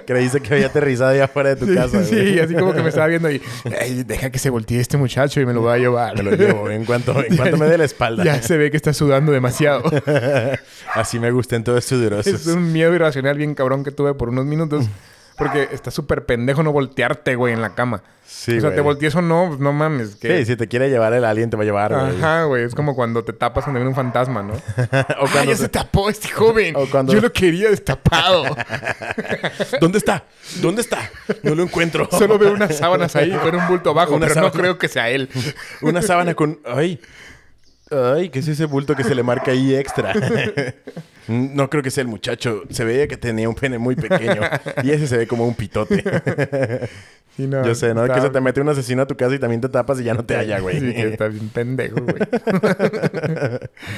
A: Creíste que había aterrizado allá afuera de tu
B: Sí,
A: casa.
B: sí,
A: güey.
B: y así como que me estaba viendo y... "Ay, deja que se voltee este muchacho y me lo va a llevar.
A: Me lo llevo. En cuanto, en cuanto me dé la espalda.
B: Ya se ve que está sudando demasiado.
A: Así me gustan todos
B: Es
A: sudorosos.
B: un miedo irracional bien cabrón que tuve por unos minutos. Porque está súper pendejo no voltearte, güey, en la cama.
A: Sí,
B: o sea,
A: güey.
B: te voltees o no, pues, no mames.
A: Sí,
B: Que...
A: si te quiere llevar el alien, te va a llevar, güey.
B: Ajá, güey. Es como cuando te tapas cuando viene un fantasma, ¿no?
A: O
B: Ah,
A: cuando
B: ya se tapó este joven.
A: O cuando-
B: Yo lo quería destapado.
A: se- ¿Dónde está? ¿Dónde está? No lo encuentro.
B: Solo veo unas sábanas ahí con un bulto abajo,
A: Una
B: pero no
A: sábana.
B: creo que sea él.
A: Una sábana con... Ay. Ay, ¿qué es ese bulto que se le marca ahí extra? No creo que sea el muchacho. Se veía que tenía un pene muy pequeño. Y ese se ve como un pitote.
B: Sí, no,
A: Yo sé, ¿no? Que
B: está-
A: se te mete un asesino a tu casa y también te tapas y ya no te halla, güey.
B: Sí, que está bien pendejo, güey.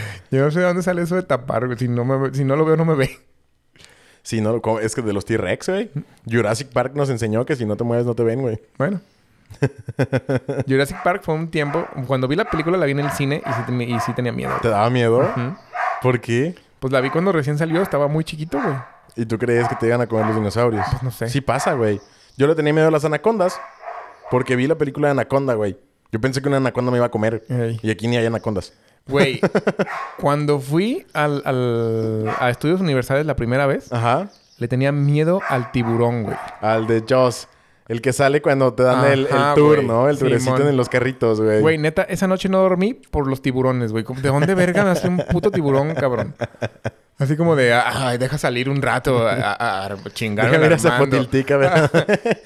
B: Yo no sé de dónde sale eso de tapar, güey. Si no, me... si no lo veo, no me ve.
A: Sí, no, ¿cómo? es que de los T-Rex, güey. Jurassic Park nos enseñó que si no te mueves no te ven, güey.
B: Bueno. Jurassic Park fue un tiempo... Cuando vi la película la vi en el cine y sí, te- y sí tenía miedo.
A: ¿Te daba miedo?
B: Ujú.
A: ¿Por qué?
B: Pues la vi cuando recién salió. Estaba muy chiquito, güey.
A: ¿Y tú creías que te iban a comer los dinosaurios?
B: Pues no sé.
A: Sí pasa, güey. Yo le tenía miedo a las anacondas porque vi la película de Anaconda, güey. Yo pensé que una anaconda me iba a comer.
B: Ey.
A: Y aquí ni hay anacondas.
B: Güey, cuando fui al, al- a Estudios Universales la primera vez,
A: Ajá.
B: le tenía miedo al tiburón, güey.
A: Al de Jaws. El que sale cuando te dan el, el
B: Ajá,
A: tour,
B: güey.
A: ¿no? El turecito
B: Simón.
A: en los carritos, güey.
B: Güey, neta, esa noche no dormí por los tiburones, güey. Como, ¿De dónde verga nació un puto tiburón, cabrón? Así como de, ay, deja salir un rato a, a, a chingarme
A: Déjame
B: al
A: ir a
B: Armando".
A: Zapotiltica, ¿verdad?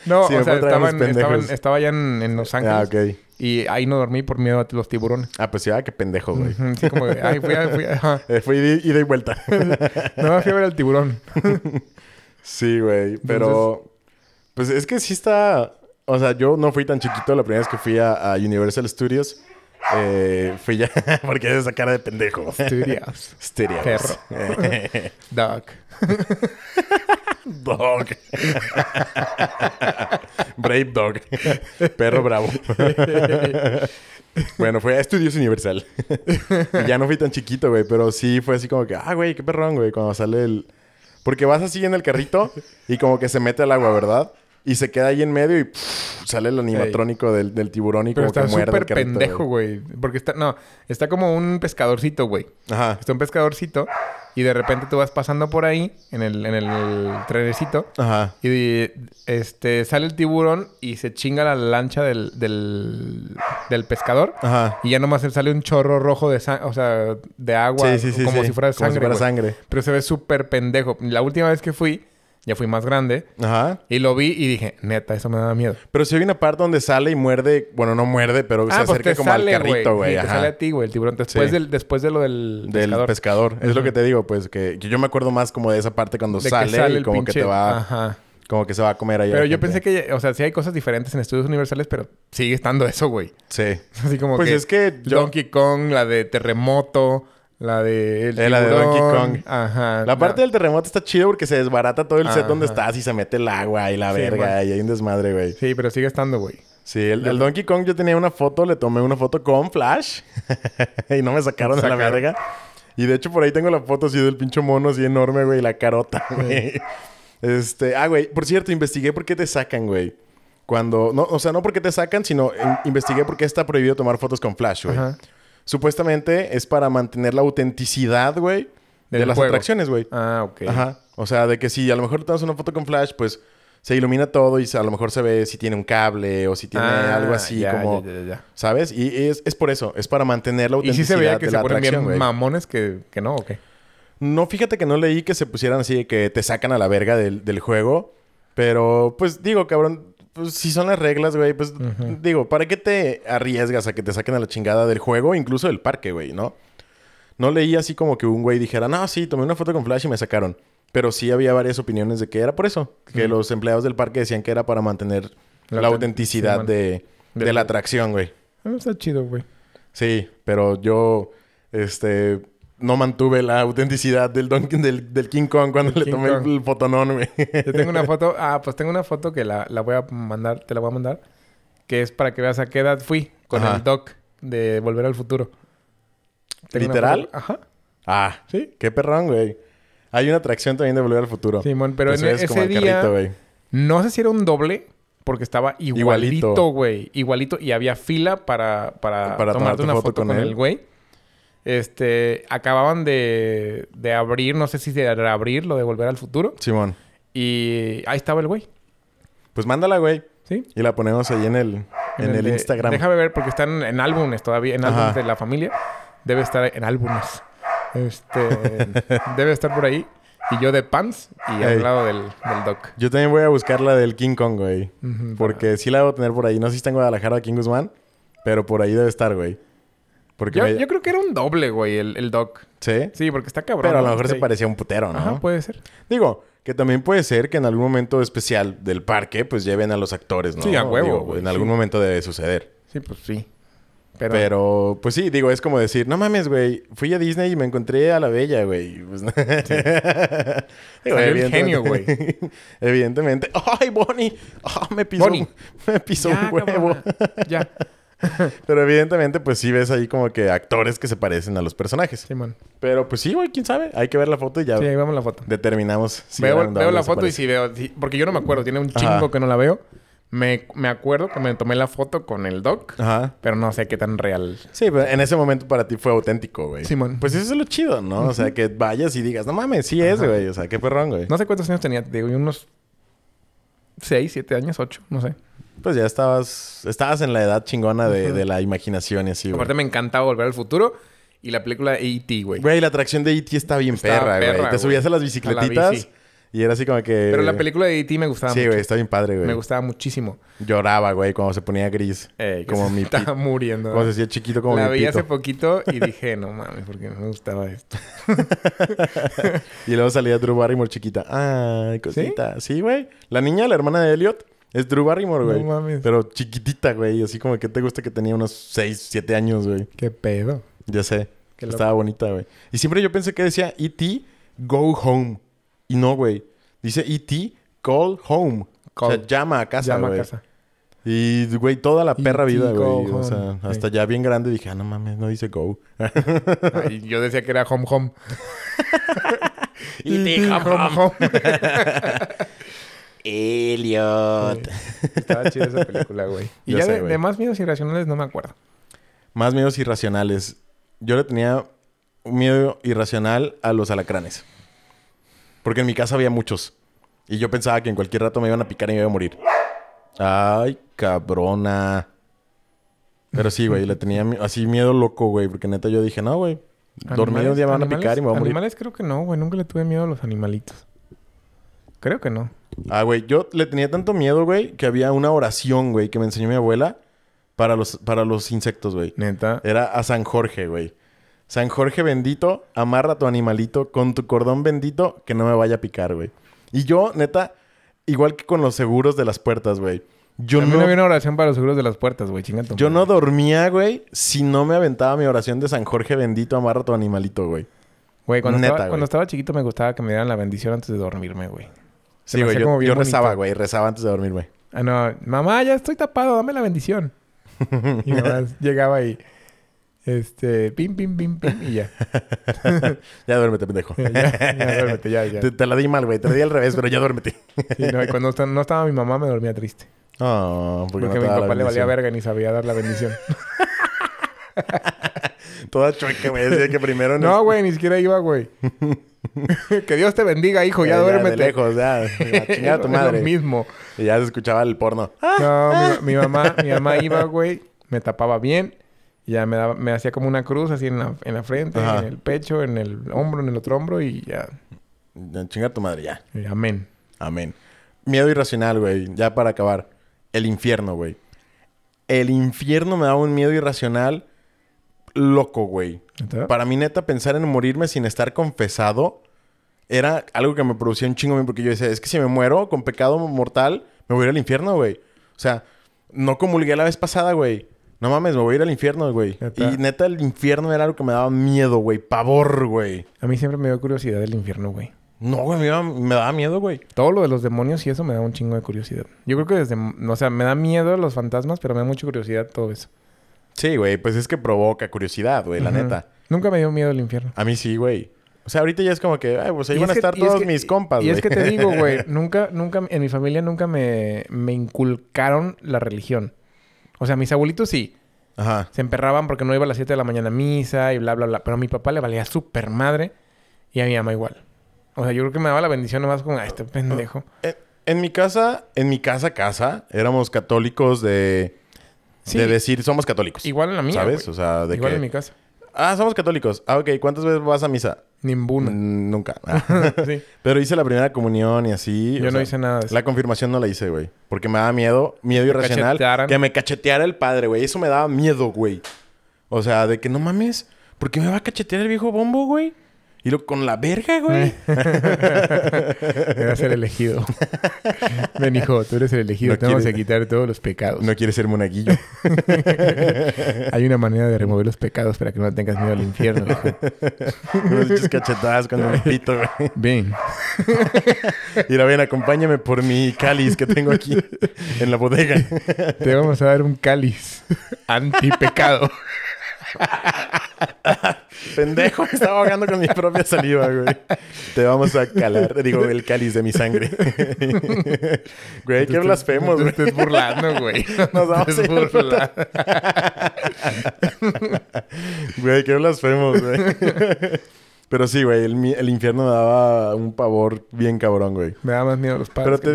B: No,
A: Sí,
B: o
A: me
B: sea,
A: puedo traer
B: estaban,
A: unos pendejos.
B: estaban- estaba allá en, en Los
A: ah,
B: Ángeles.
A: ok.
B: Y ahí no dormí por miedo a los tiburones.
A: Ah, pues ya, qué pendejo, güey.
B: Ujú, Así como de, ay, fui a... Fui a ajá.
A: Eh, fue ida y- ida y vuelta.
B: No, fui a ver al tiburón.
A: Sí, güey. Pero. Pues es que sí está. O sea, yo no fui tan chiquito la primera vez que fui a, a Universal Studios. eh, fui ya. porque es esa cara de pendejo.
B: Studios.
A: Studios.
B: Perro. Dog.
A: Dog. Brave dog. Perro bravo. bueno, fue a Estudios Universal. Y ya no fui tan chiquito, güey, pero sí fue así como que, ah, güey, qué perrón, güey, cuando sale el... Porque vas así en el carrito y como que se mete al agua, ¿verdad? Y se queda ahí en medio y pff, sale el animatrónico del, del tiburón y como
B: Pero está
A: que muerde el
B: súper
A: carrito.
B: pendejo,
A: güey.
B: güey. Porque está... No, está como un pescadorcito, güey.
A: Ajá.
B: Está un pescadorcito y de repente tú vas pasando por ahí en el, en el trenecito
A: Ajá.
B: y este sale el tiburón y se chinga la lancha del, del, del pescador
A: Ajá.
B: y ya nomás él sale un chorro rojo de sang- o sea, de agua,
A: Sí, sí, sí,
B: como
A: sí.
B: si fuera
A: Como si
B: sangre.
A: fuera
B: güey.
A: sangre.
B: Pero se ve súper pendejo. La última vez que fui, ya fui más grande
A: Ajá.
B: y lo vi y dije, neta, eso me da miedo.
A: Pero si hay una parte donde sale y muerde, bueno, no muerde, pero se
B: pues
A: acerca
B: te
A: como al carrito, güey.
B: Sí, te
A: ajá.
B: sale a ti, güey, el tiburón. Después,
A: Sí.
B: del, después de lo del,
A: del pescador. Es lo que te digo, pues, que que yo me acuerdo más como de esa parte cuando
B: De que
A: sale,
B: sale
A: y
B: el
A: como que
B: pinche-
A: te va,
B: Ajá.
A: como que se va a comer ahí. a
B: Pero
A: la
B: yo
A: gente.
B: pensé que, o sea, sí hay cosas diferentes en estudios universales, pero sigue estando eso, güey.
A: Sí.
B: Así como
A: Pues
B: que
A: es que yo-
B: Donkey Kong, la de Terremoto, la de... El
A: Eh, la de
B: tiburón,
A: Donkey Kong.
B: Ajá.
A: La parte del terremoto está chido porque se desbarata todo el set donde
B: Ajá.
A: estás y se mete el agua y la
B: Sí,
A: verga
B: bueno.
A: y hay un desmadre, güey.
B: Sí, pero sigue estando, güey.
A: Sí, el, el Donkey Kong yo tenía una foto, le tomé una foto con Flash y no me sacaron de la
B: Sacaron.
A: verga. Y de hecho por ahí tengo la foto así del pincho mono así enorme, güey, la carota, güey. Este, ah, güey, por cierto, investigué por qué te sacan, güey. Cuando, no, o sea, no por qué te sacan, sino eh, investigué por qué está prohibido tomar fotos con Flash, güey.
B: Ajá.
A: Supuestamente es para mantener la autenticidad, güey, de
B: Del
A: las
B: juego.
A: atracciones, güey.
B: Ah, ok.
A: Ajá. O sea, de que si a lo mejor le tomas una foto con flash, pues se ilumina todo y a lo mejor se ve si tiene un cable o si tiene
B: Ah,
A: algo así
B: ya,
A: como...
B: ya, ya, ya.
A: ¿Sabes? Y es, es por eso. Es para mantener la
B: Y sí
A: autenticidad
B: se veía que
A: de
B: se
A: la
B: ponen bien
A: atracción, güey.
B: mamones que, que no, ¿o qué?
A: No, fíjate que no leí que se pusieran así de que te sacan a la verga del, del juego. Pero, pues, digo, cabrón... Pues, si son las reglas, güey, pues... Digo, ¿para qué te arriesgas a que te saquen a la chingada del juego? Incluso del parque, güey, ¿no? No leí así como que un güey dijera, no, sí, tomé una foto con Flash y me sacaron. Pero sí había varias opiniones de que era por eso. Que los empleados del parque decían que era para mantener la,
B: La
A: autenticidad
B: autent-
A: de, de
B: Del
A: la
B: juego.
A: atracción, güey.
B: Ah, está chido, güey.
A: Sí, pero yo, este, no mantuve la autenticidad del, Donkey- del, del King Kong cuando
B: Del
A: le
B: King
A: tomé
B: Kong.
A: el fotonón, güey.
B: Yo tengo una foto... Ah, pues tengo una foto que la, la voy a mandar, te la voy a mandar. Que es para que veas a qué edad fui con
A: Ajá.
B: el doc de Volver al Futuro. Tengo una
A: ¿Literal?
B: foto- Ajá.
A: Ah,
B: Sí.
A: qué perrón, güey. Hay una atracción también de Volver al Futuro.
B: Simón, pero
A: Te
B: en
A: subes
B: ese
A: como al
B: día-
A: güey.
B: No sé si era un doble, porque estaba
A: Igualito.
B: igualito, güey. Igualito. Y había fila para, para,
A: Para
B: tomarte una foto, con,
A: él.
B: el güey. Este, acababan de, de abrir, no sé si de reabrir lo de Volver al Futuro.
A: Simón,
B: Y ahí estaba el güey,
A: pues mándala, güey.
B: ¿sí?
A: Y la ponemos ahí en el, en el,
B: de-
A: Instagram.
B: Déjame ver, porque están en álbumes todavía, en
A: Ajá.
B: álbumes de la familia. Debe estar en álbumes. Este, debe estar por ahí. Y yo de pants y
A: Ey.
B: al lado del, del doc.
A: Yo también voy a buscar la del King Kong, güey.
B: Ujú,
A: Porque sí la debo tener por ahí. No sé si está en Guadalajara o King Guzmán, pero por ahí debe estar, güey. Porque
B: Yo,
A: me-
B: yo creo que era un doble, güey, el, el doc.
A: Sí.
B: Sí, porque está cabrón.
A: Pero a lo
B: ¿no?
A: mejor se
B: Sí.
A: parecía a un putero, ¿no?
B: Ajá, puede ser.
A: Digo, que también puede ser que en algún momento especial del parque, pues lleven a los actores, ¿no?
B: Sí, a huevo,
A: Digo,
B: güey,
A: en algún
B: sí.
A: momento debe suceder.
B: Sí, pues sí. Pero,
A: Pero, pues sí, digo, es como decir, no mames, güey, fui a Disney y me encontré a la bella, güey. Y Pues, Digo,
B: Salió el
A: evidentemente-
B: genio, güey.
A: evidentemente. ¡Ay, Bonnie! ¡Ah, me pisó,
B: Bonnie.
A: un- me pisó
B: ya,
A: un huevo!
B: cabrona, ya.
A: Pero evidentemente, pues sí ves ahí como que actores que se parecen a los personajes.
B: Simón.
A: Pero pues sí, güey, quién sabe. Hay que ver la foto y ya
B: Sí, ahí vamos la foto.
A: determinamos si era
B: veo
A: un
B: veo
A: doble
B: la
A: o se
B: foto y
A: parece.
B: si veo. sí, porque yo no me acuerdo, tiene un
A: Ajá.
B: chingo que no la veo. Me, me acuerdo que me tomé la foto con el doc,
A: Ajá.
B: pero no sé qué tan real.
A: Sí, pero en ese momento para ti fue auténtico, güey.
B: Simón.
A: Pues eso es lo chido, ¿no? O sea, que vayas y digas, no mames, sí es,
B: Ajá.
A: güey. O sea, qué perrón, güey.
B: No sé cuántos años tenía, te digo, yo unos 6, 7 años, 8, no sé.
A: Pues ya estabas, estabas en la edad chingona de, de la imaginación y así, güey.
B: Aparte, me encantaba volver al futuro y la película de E.T., güey.
A: Güey, la atracción de E.T. está bien
B: Estaba
A: perra, güey.
B: perra,
A: Te
B: güey.
A: subías a las
B: bici.
A: bicicletitas y era así como que.
B: Pero la película de E.T. me gustaba
A: Sí,
B: mucho.
A: güey, está bien padre, güey.
B: Me gustaba muchísimo.
A: Lloraba, güey, cuando se ponía gris.
B: Ey, que
A: como
B: se
A: mi pi-
B: Estaba muriendo.
A: Como se hacía chiquito, como
B: la
A: mi
B: vi hace
A: pito.
B: poquito y dije, no mames, porque no me gustaba esto.
A: Y luego salía Drew Barrymore chiquita. Ay, cosita. Sí, güey. la niña, la hermana de Elliot, es Drew Barrymore, güey.
B: No mames.
A: Pero chiquitita, güey. Así como que te gusta que tenía unos 6, 7 años, güey.
B: ¿Qué pedo?
A: Ya sé.
B: Qué
A: E
B: loco.
A: Estaba bonita, güey. Y siempre yo pensé que decía E.T. Go Home. Y no, güey. Dice E.T. Call home. O
B: Call.
A: sea, llama a casa,
B: Llama a
A: güey.
B: casa.
A: Y, güey, toda la perra
B: E.T.
A: vida,
B: go
A: güey. O
B: home.
A: sea,
B: Sí.
A: hasta ya bien grande dije, ah, no mames, no dice go.
B: Y yo decía que era home home.
A: E.T. home, home. Elliot.
B: Estaba chida esa película, güey. Y
A: Ya
B: ya,
A: sé,
B: de,
A: güey.
B: de más miedos irracionales no me acuerdo.
A: Más miedos irracionales. Yo le tenía un miedo irracional a los alacranes. Porque en mi casa había muchos. Y yo pensaba que en cualquier rato me iban a picar y me iba a morir. Ay, cabrona. Pero sí, güey, le tenía mi- así miedo loco, güey. Porque neta yo dije, no, güey. Dormí un día me van a
B: animales-
A: picar y me voy a morir.
B: Animales creo que no, güey. Nunca le tuve miedo a los animalitos. Creo que no.
A: Ah, güey, yo le tenía tanto miedo, güey, que había una oración, güey, que me enseñó mi abuela para los, para los insectos, güey.
B: Neta.
A: Era a San Jorge, güey. San Jorge bendito, amarra tu animalito con tu cordón bendito que no me vaya a picar, güey. Y yo, neta, igual que con los seguros de las puertas, güey. Yo
B: También
A: no,
B: había una oración para los seguros de las puertas, güey. Chinga tu
A: yo no
B: madre.
A: dormía, güey, si no me aventaba mi oración de San Jorge bendito, amarra tu animalito, güey.
B: Güey, cuando,
A: Neta,
B: estaba,
A: güey.
B: cuando estaba chiquito me gustaba que me dieran la bendición antes de dormirme, güey. Se
A: Sí,
B: me
A: güey,
B: hacía
A: yo,
B: como bien
A: yo rezaba,
B: bonito.
A: güey, rezaba antes de dormirme.
B: Ah, no. Mamá, ya estoy tapado. Dame la bendición. y mamá llegaba y... Este... Pim, pim, pim, pim. Y ya.
A: Ya duérmete, pendejo.
B: ya, ya, duérmete, ya, ya.
A: Te, te la di mal, güey, te la di al revés, pero ya duérmete.
B: Sí, no, y cuando esta- no estaba mi mamá me dormía triste.
A: Ah, porque
B: Porque,
A: no te
B: mi
A: daba la
B: papá le valía
A: bendición.
B: verga y ni sabía dar la bendición.
A: Toda chueca, güey. Decía que primero...
B: no, güey, ni siquiera iba, güey. que Dios te bendiga, hijo, ya,
A: de
B: duérmete.
A: lejos, Eh, ya. Chingada
B: Eso
A: tu
B: es
A: madre.
B: lo mismo.
A: Y ya se escuchaba el porno. Ah,
B: No, mi, mi mamá, mi mamá iba, güey, me tapaba bien. y Ya me, daba- me hacía como una cruz así en la, en la frente,
A: Ajá.
B: en el pecho, en el hombro, en el otro hombro y ya.
A: Ya, Chinga tu madre, ya.
B: Y amén.
A: Amén. Miedo irracional, güey. Ya para acabar. El infierno, güey. El infierno me daba un miedo irracional loco, güey.
B: ¿Neta?
A: Para mí, neta, pensar en morirme sin estar confesado era algo que me producía un chingo bien porque yo decía, es que si me muero con pecado mortal, me voy a ir al infierno, güey. O sea, no comulgué la vez pasada, güey. No mames, me voy a ir al infierno, güey.
B: Neta.
A: Y neta, el infierno era algo que me daba miedo, güey. Pavor, güey.
B: A mí siempre me dio curiosidad el infierno, güey.
A: No, güey, me, daba- me daba miedo, güey.
B: Todo lo de los demonios y eso me da un chingo de curiosidad. Yo creo que desde... O sea, me da miedo los fantasmas, pero me da mucha curiosidad todo eso.
A: Sí, güey, pues es que provoca curiosidad, güey, la
B: Ujú.
A: neta.
B: Nunca me dio miedo el infierno.
A: A mí sí, güey. O sea, ahorita ya es como que, ay, pues ahí
B: Y
A: van a
B: es que-
A: estar
B: y es
A: todos
B: que-
A: mis compas,
B: Y
A: güey.
B: es que te digo, güey, nunca, nunca, en mi familia nunca me, me inculcaron la religión. O sea, mis abuelitos sí,
A: Ajá.
B: se emperraban porque no iba a las 7 de la mañana a misa y bla, bla, bla. Pero a mi papá le valía súper madre y a mi mamá igual. O sea, yo creo que me daba la bendición nomás con, ah, este pendejo.
A: En, Eh, en mi casa, en mi casa, casa, éramos católicos de,
B: Sí,
A: de decir, somos católicos.
B: igual en la mía,
A: Pues, ¿Sabes?
B: güey.
A: O sea, de
B: Igual
A: que,
B: en mi casa.
A: ah, somos católicos. Ah, ok, ¿cuántas veces vas a misa?
B: Ninguna.
A: Mm, Nunca. Ah.
B: sí.
A: Pero hice la primera comunión y así. o
B: Yo no
A: sea,
B: hice nada de eso.
A: La confirmación no la hice, güey. Porque me daba miedo, miedo irracional.
B: cachetearan.
A: Que me cacheteara el padre, güey. Eso me daba miedo, güey. O sea, de que no mames, ¿por qué me va a cachetear el viejo bombo, güey? Y lo con la verga, güey.
B: Eh. Eras el elegido. Ven, hijo, tú eres el elegido.
A: No
B: Te vamos
A: quieres-
B: a quitar todos los pecados.
A: No quiere ser monaguillo.
B: Hay una manera de remover los pecados para que no tengas miedo al infierno, hijo.
A: Unas pinches cachetadas con un pito, güey.
B: Ven.
A: Mira, ven, acompáñame por mi cáliz que tengo aquí en la bodega.
B: Te vamos a dar un cáliz antipecado.
A: Pendejo, me estaba ahogando con mi propia saliva, güey. Te vamos a calar. Digo, el cáliz de mi sangre. Güey, qué blasfemos,
B: Te
A: güey.
B: estés burlando, güey.
A: Nos vamos
B: Te
A: a
B: estés
A: ir al puto-
B: burlando.
A: Güey, qué blasfemos, güey. Pero sí, güey, el, mi- el infierno me daba un pavor bien cabrón, güey.
B: Me da más miedo los padres.
A: Pero te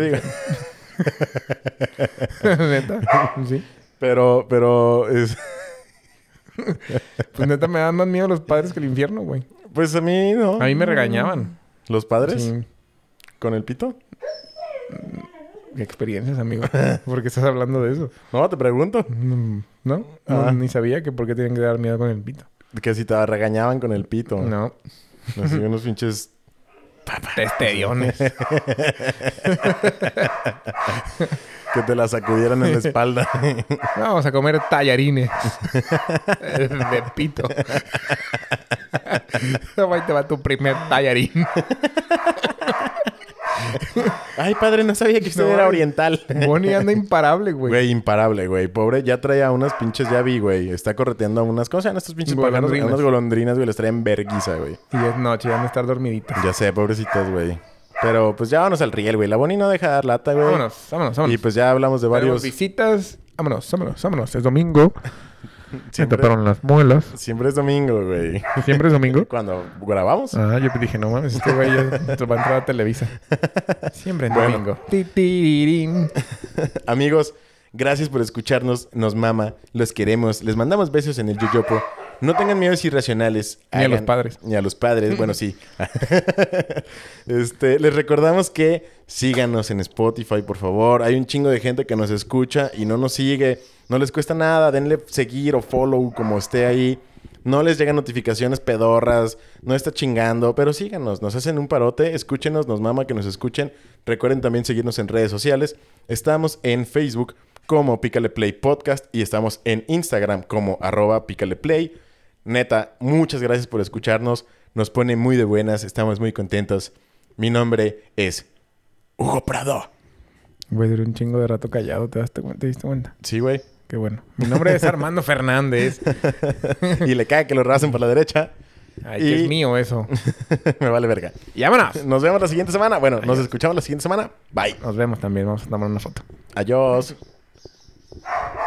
A: digo,
B: neta. Sí.
A: pero, pero, es-
B: Pues neta, me dan más miedo los padres que el infierno, güey.
A: pues a mí no.
B: A mí me regañaban.
A: ¿Los padres?
B: Sí.
A: ¿Con el pito?
B: Qué experiencias, amigo. ¿Por qué estás hablando de eso?
A: No, te pregunto.
B: Mm, ¿No? No,
A: Ah.
B: Ni sabía que por qué tenían que dar miedo con el pito.
A: Que si te regañaban con el pito.
B: No.
A: Así unos pinches...
B: Testeriones.
A: Que te la sacudieran en la espalda.
B: Vamos a comer tallarines de pito. Ahí te va tu primer tallarín.
A: Ay, padre, no sabía que usted
B: No,
A: era
B: güey.
A: oriental.
B: Bonnie anda imparable, güey.
A: Güey, imparable, güey. Pobre, ya traía unas pinches, ya vi, güey. Está correteando a unas, ¿cómo se llaman estos pinches pájaros? A
B: Golondrinas.
A: Unas golondrinas, güey. Las traían verguiza, güey.
B: Y es noche, ya no estar dormiditas.
A: Ya sé, pobrecitos, güey. Pero pues ya vámonos al riel, güey. La Bonnie no deja dar lata, güey.
B: Vámonos, vámonos, vámonos.
A: Y pues ya hablamos de
B: Tenemos
A: varios.
B: visitas. Vámonos, vámonos, vámonos. Es domingo.
C: Se
A: Siempre,
C: taparon las muelas.
A: siempre es domingo, güey.
C: ¿Siempre es domingo?
A: Cuando grabamos.
C: Ah, yo dije, no mames.
B: Este güey ya va a entrar a Televisa. Siempre en
A: Bueno.
B: domingo. Ti, tirirín.
A: Amigos, gracias por escucharnos. Nos mama. Los queremos. Les mandamos besos en el yoyopo. No tengan miedos irracionales.
B: Ni a los padres.
A: Ni a los padres. Bueno, sí. este, les recordamos que síganos en Spotify, por favor. Hay un chingo de gente que nos escucha y no nos sigue. No les cuesta nada. Denle seguir o follow como esté ahí. No les llegan notificaciones pedorras, no está chingando, pero síganos, nos hacen un parote, escúchenos, nos mama que nos escuchen. Recuerden también seguirnos en redes sociales. Estamos en Facebook como Pícale Play Podcast y estamos en Instagram como arroba Pícale Play. Neta, muchas gracias por escucharnos, nos pone muy de buenas, estamos muy contentos. Mi nombre es Hugo Prado.
B: Güey, duré un chingo de rato callado. ¿Te, daste cuen- te diste cuenta?
A: Sí, güey.
B: Qué bueno. Mi nombre es Armando Fernández.
A: Y le cae que lo rasen por la derecha.
B: Ay, que
A: Y-
B: es mío eso.
A: Me vale verga.
B: Y vámonos.
A: Nos vemos la siguiente semana. Bueno, nos escuchamos la siguiente semana. Bye.
B: Nos vemos también. Vamos a tomar una foto.
A: Adiós.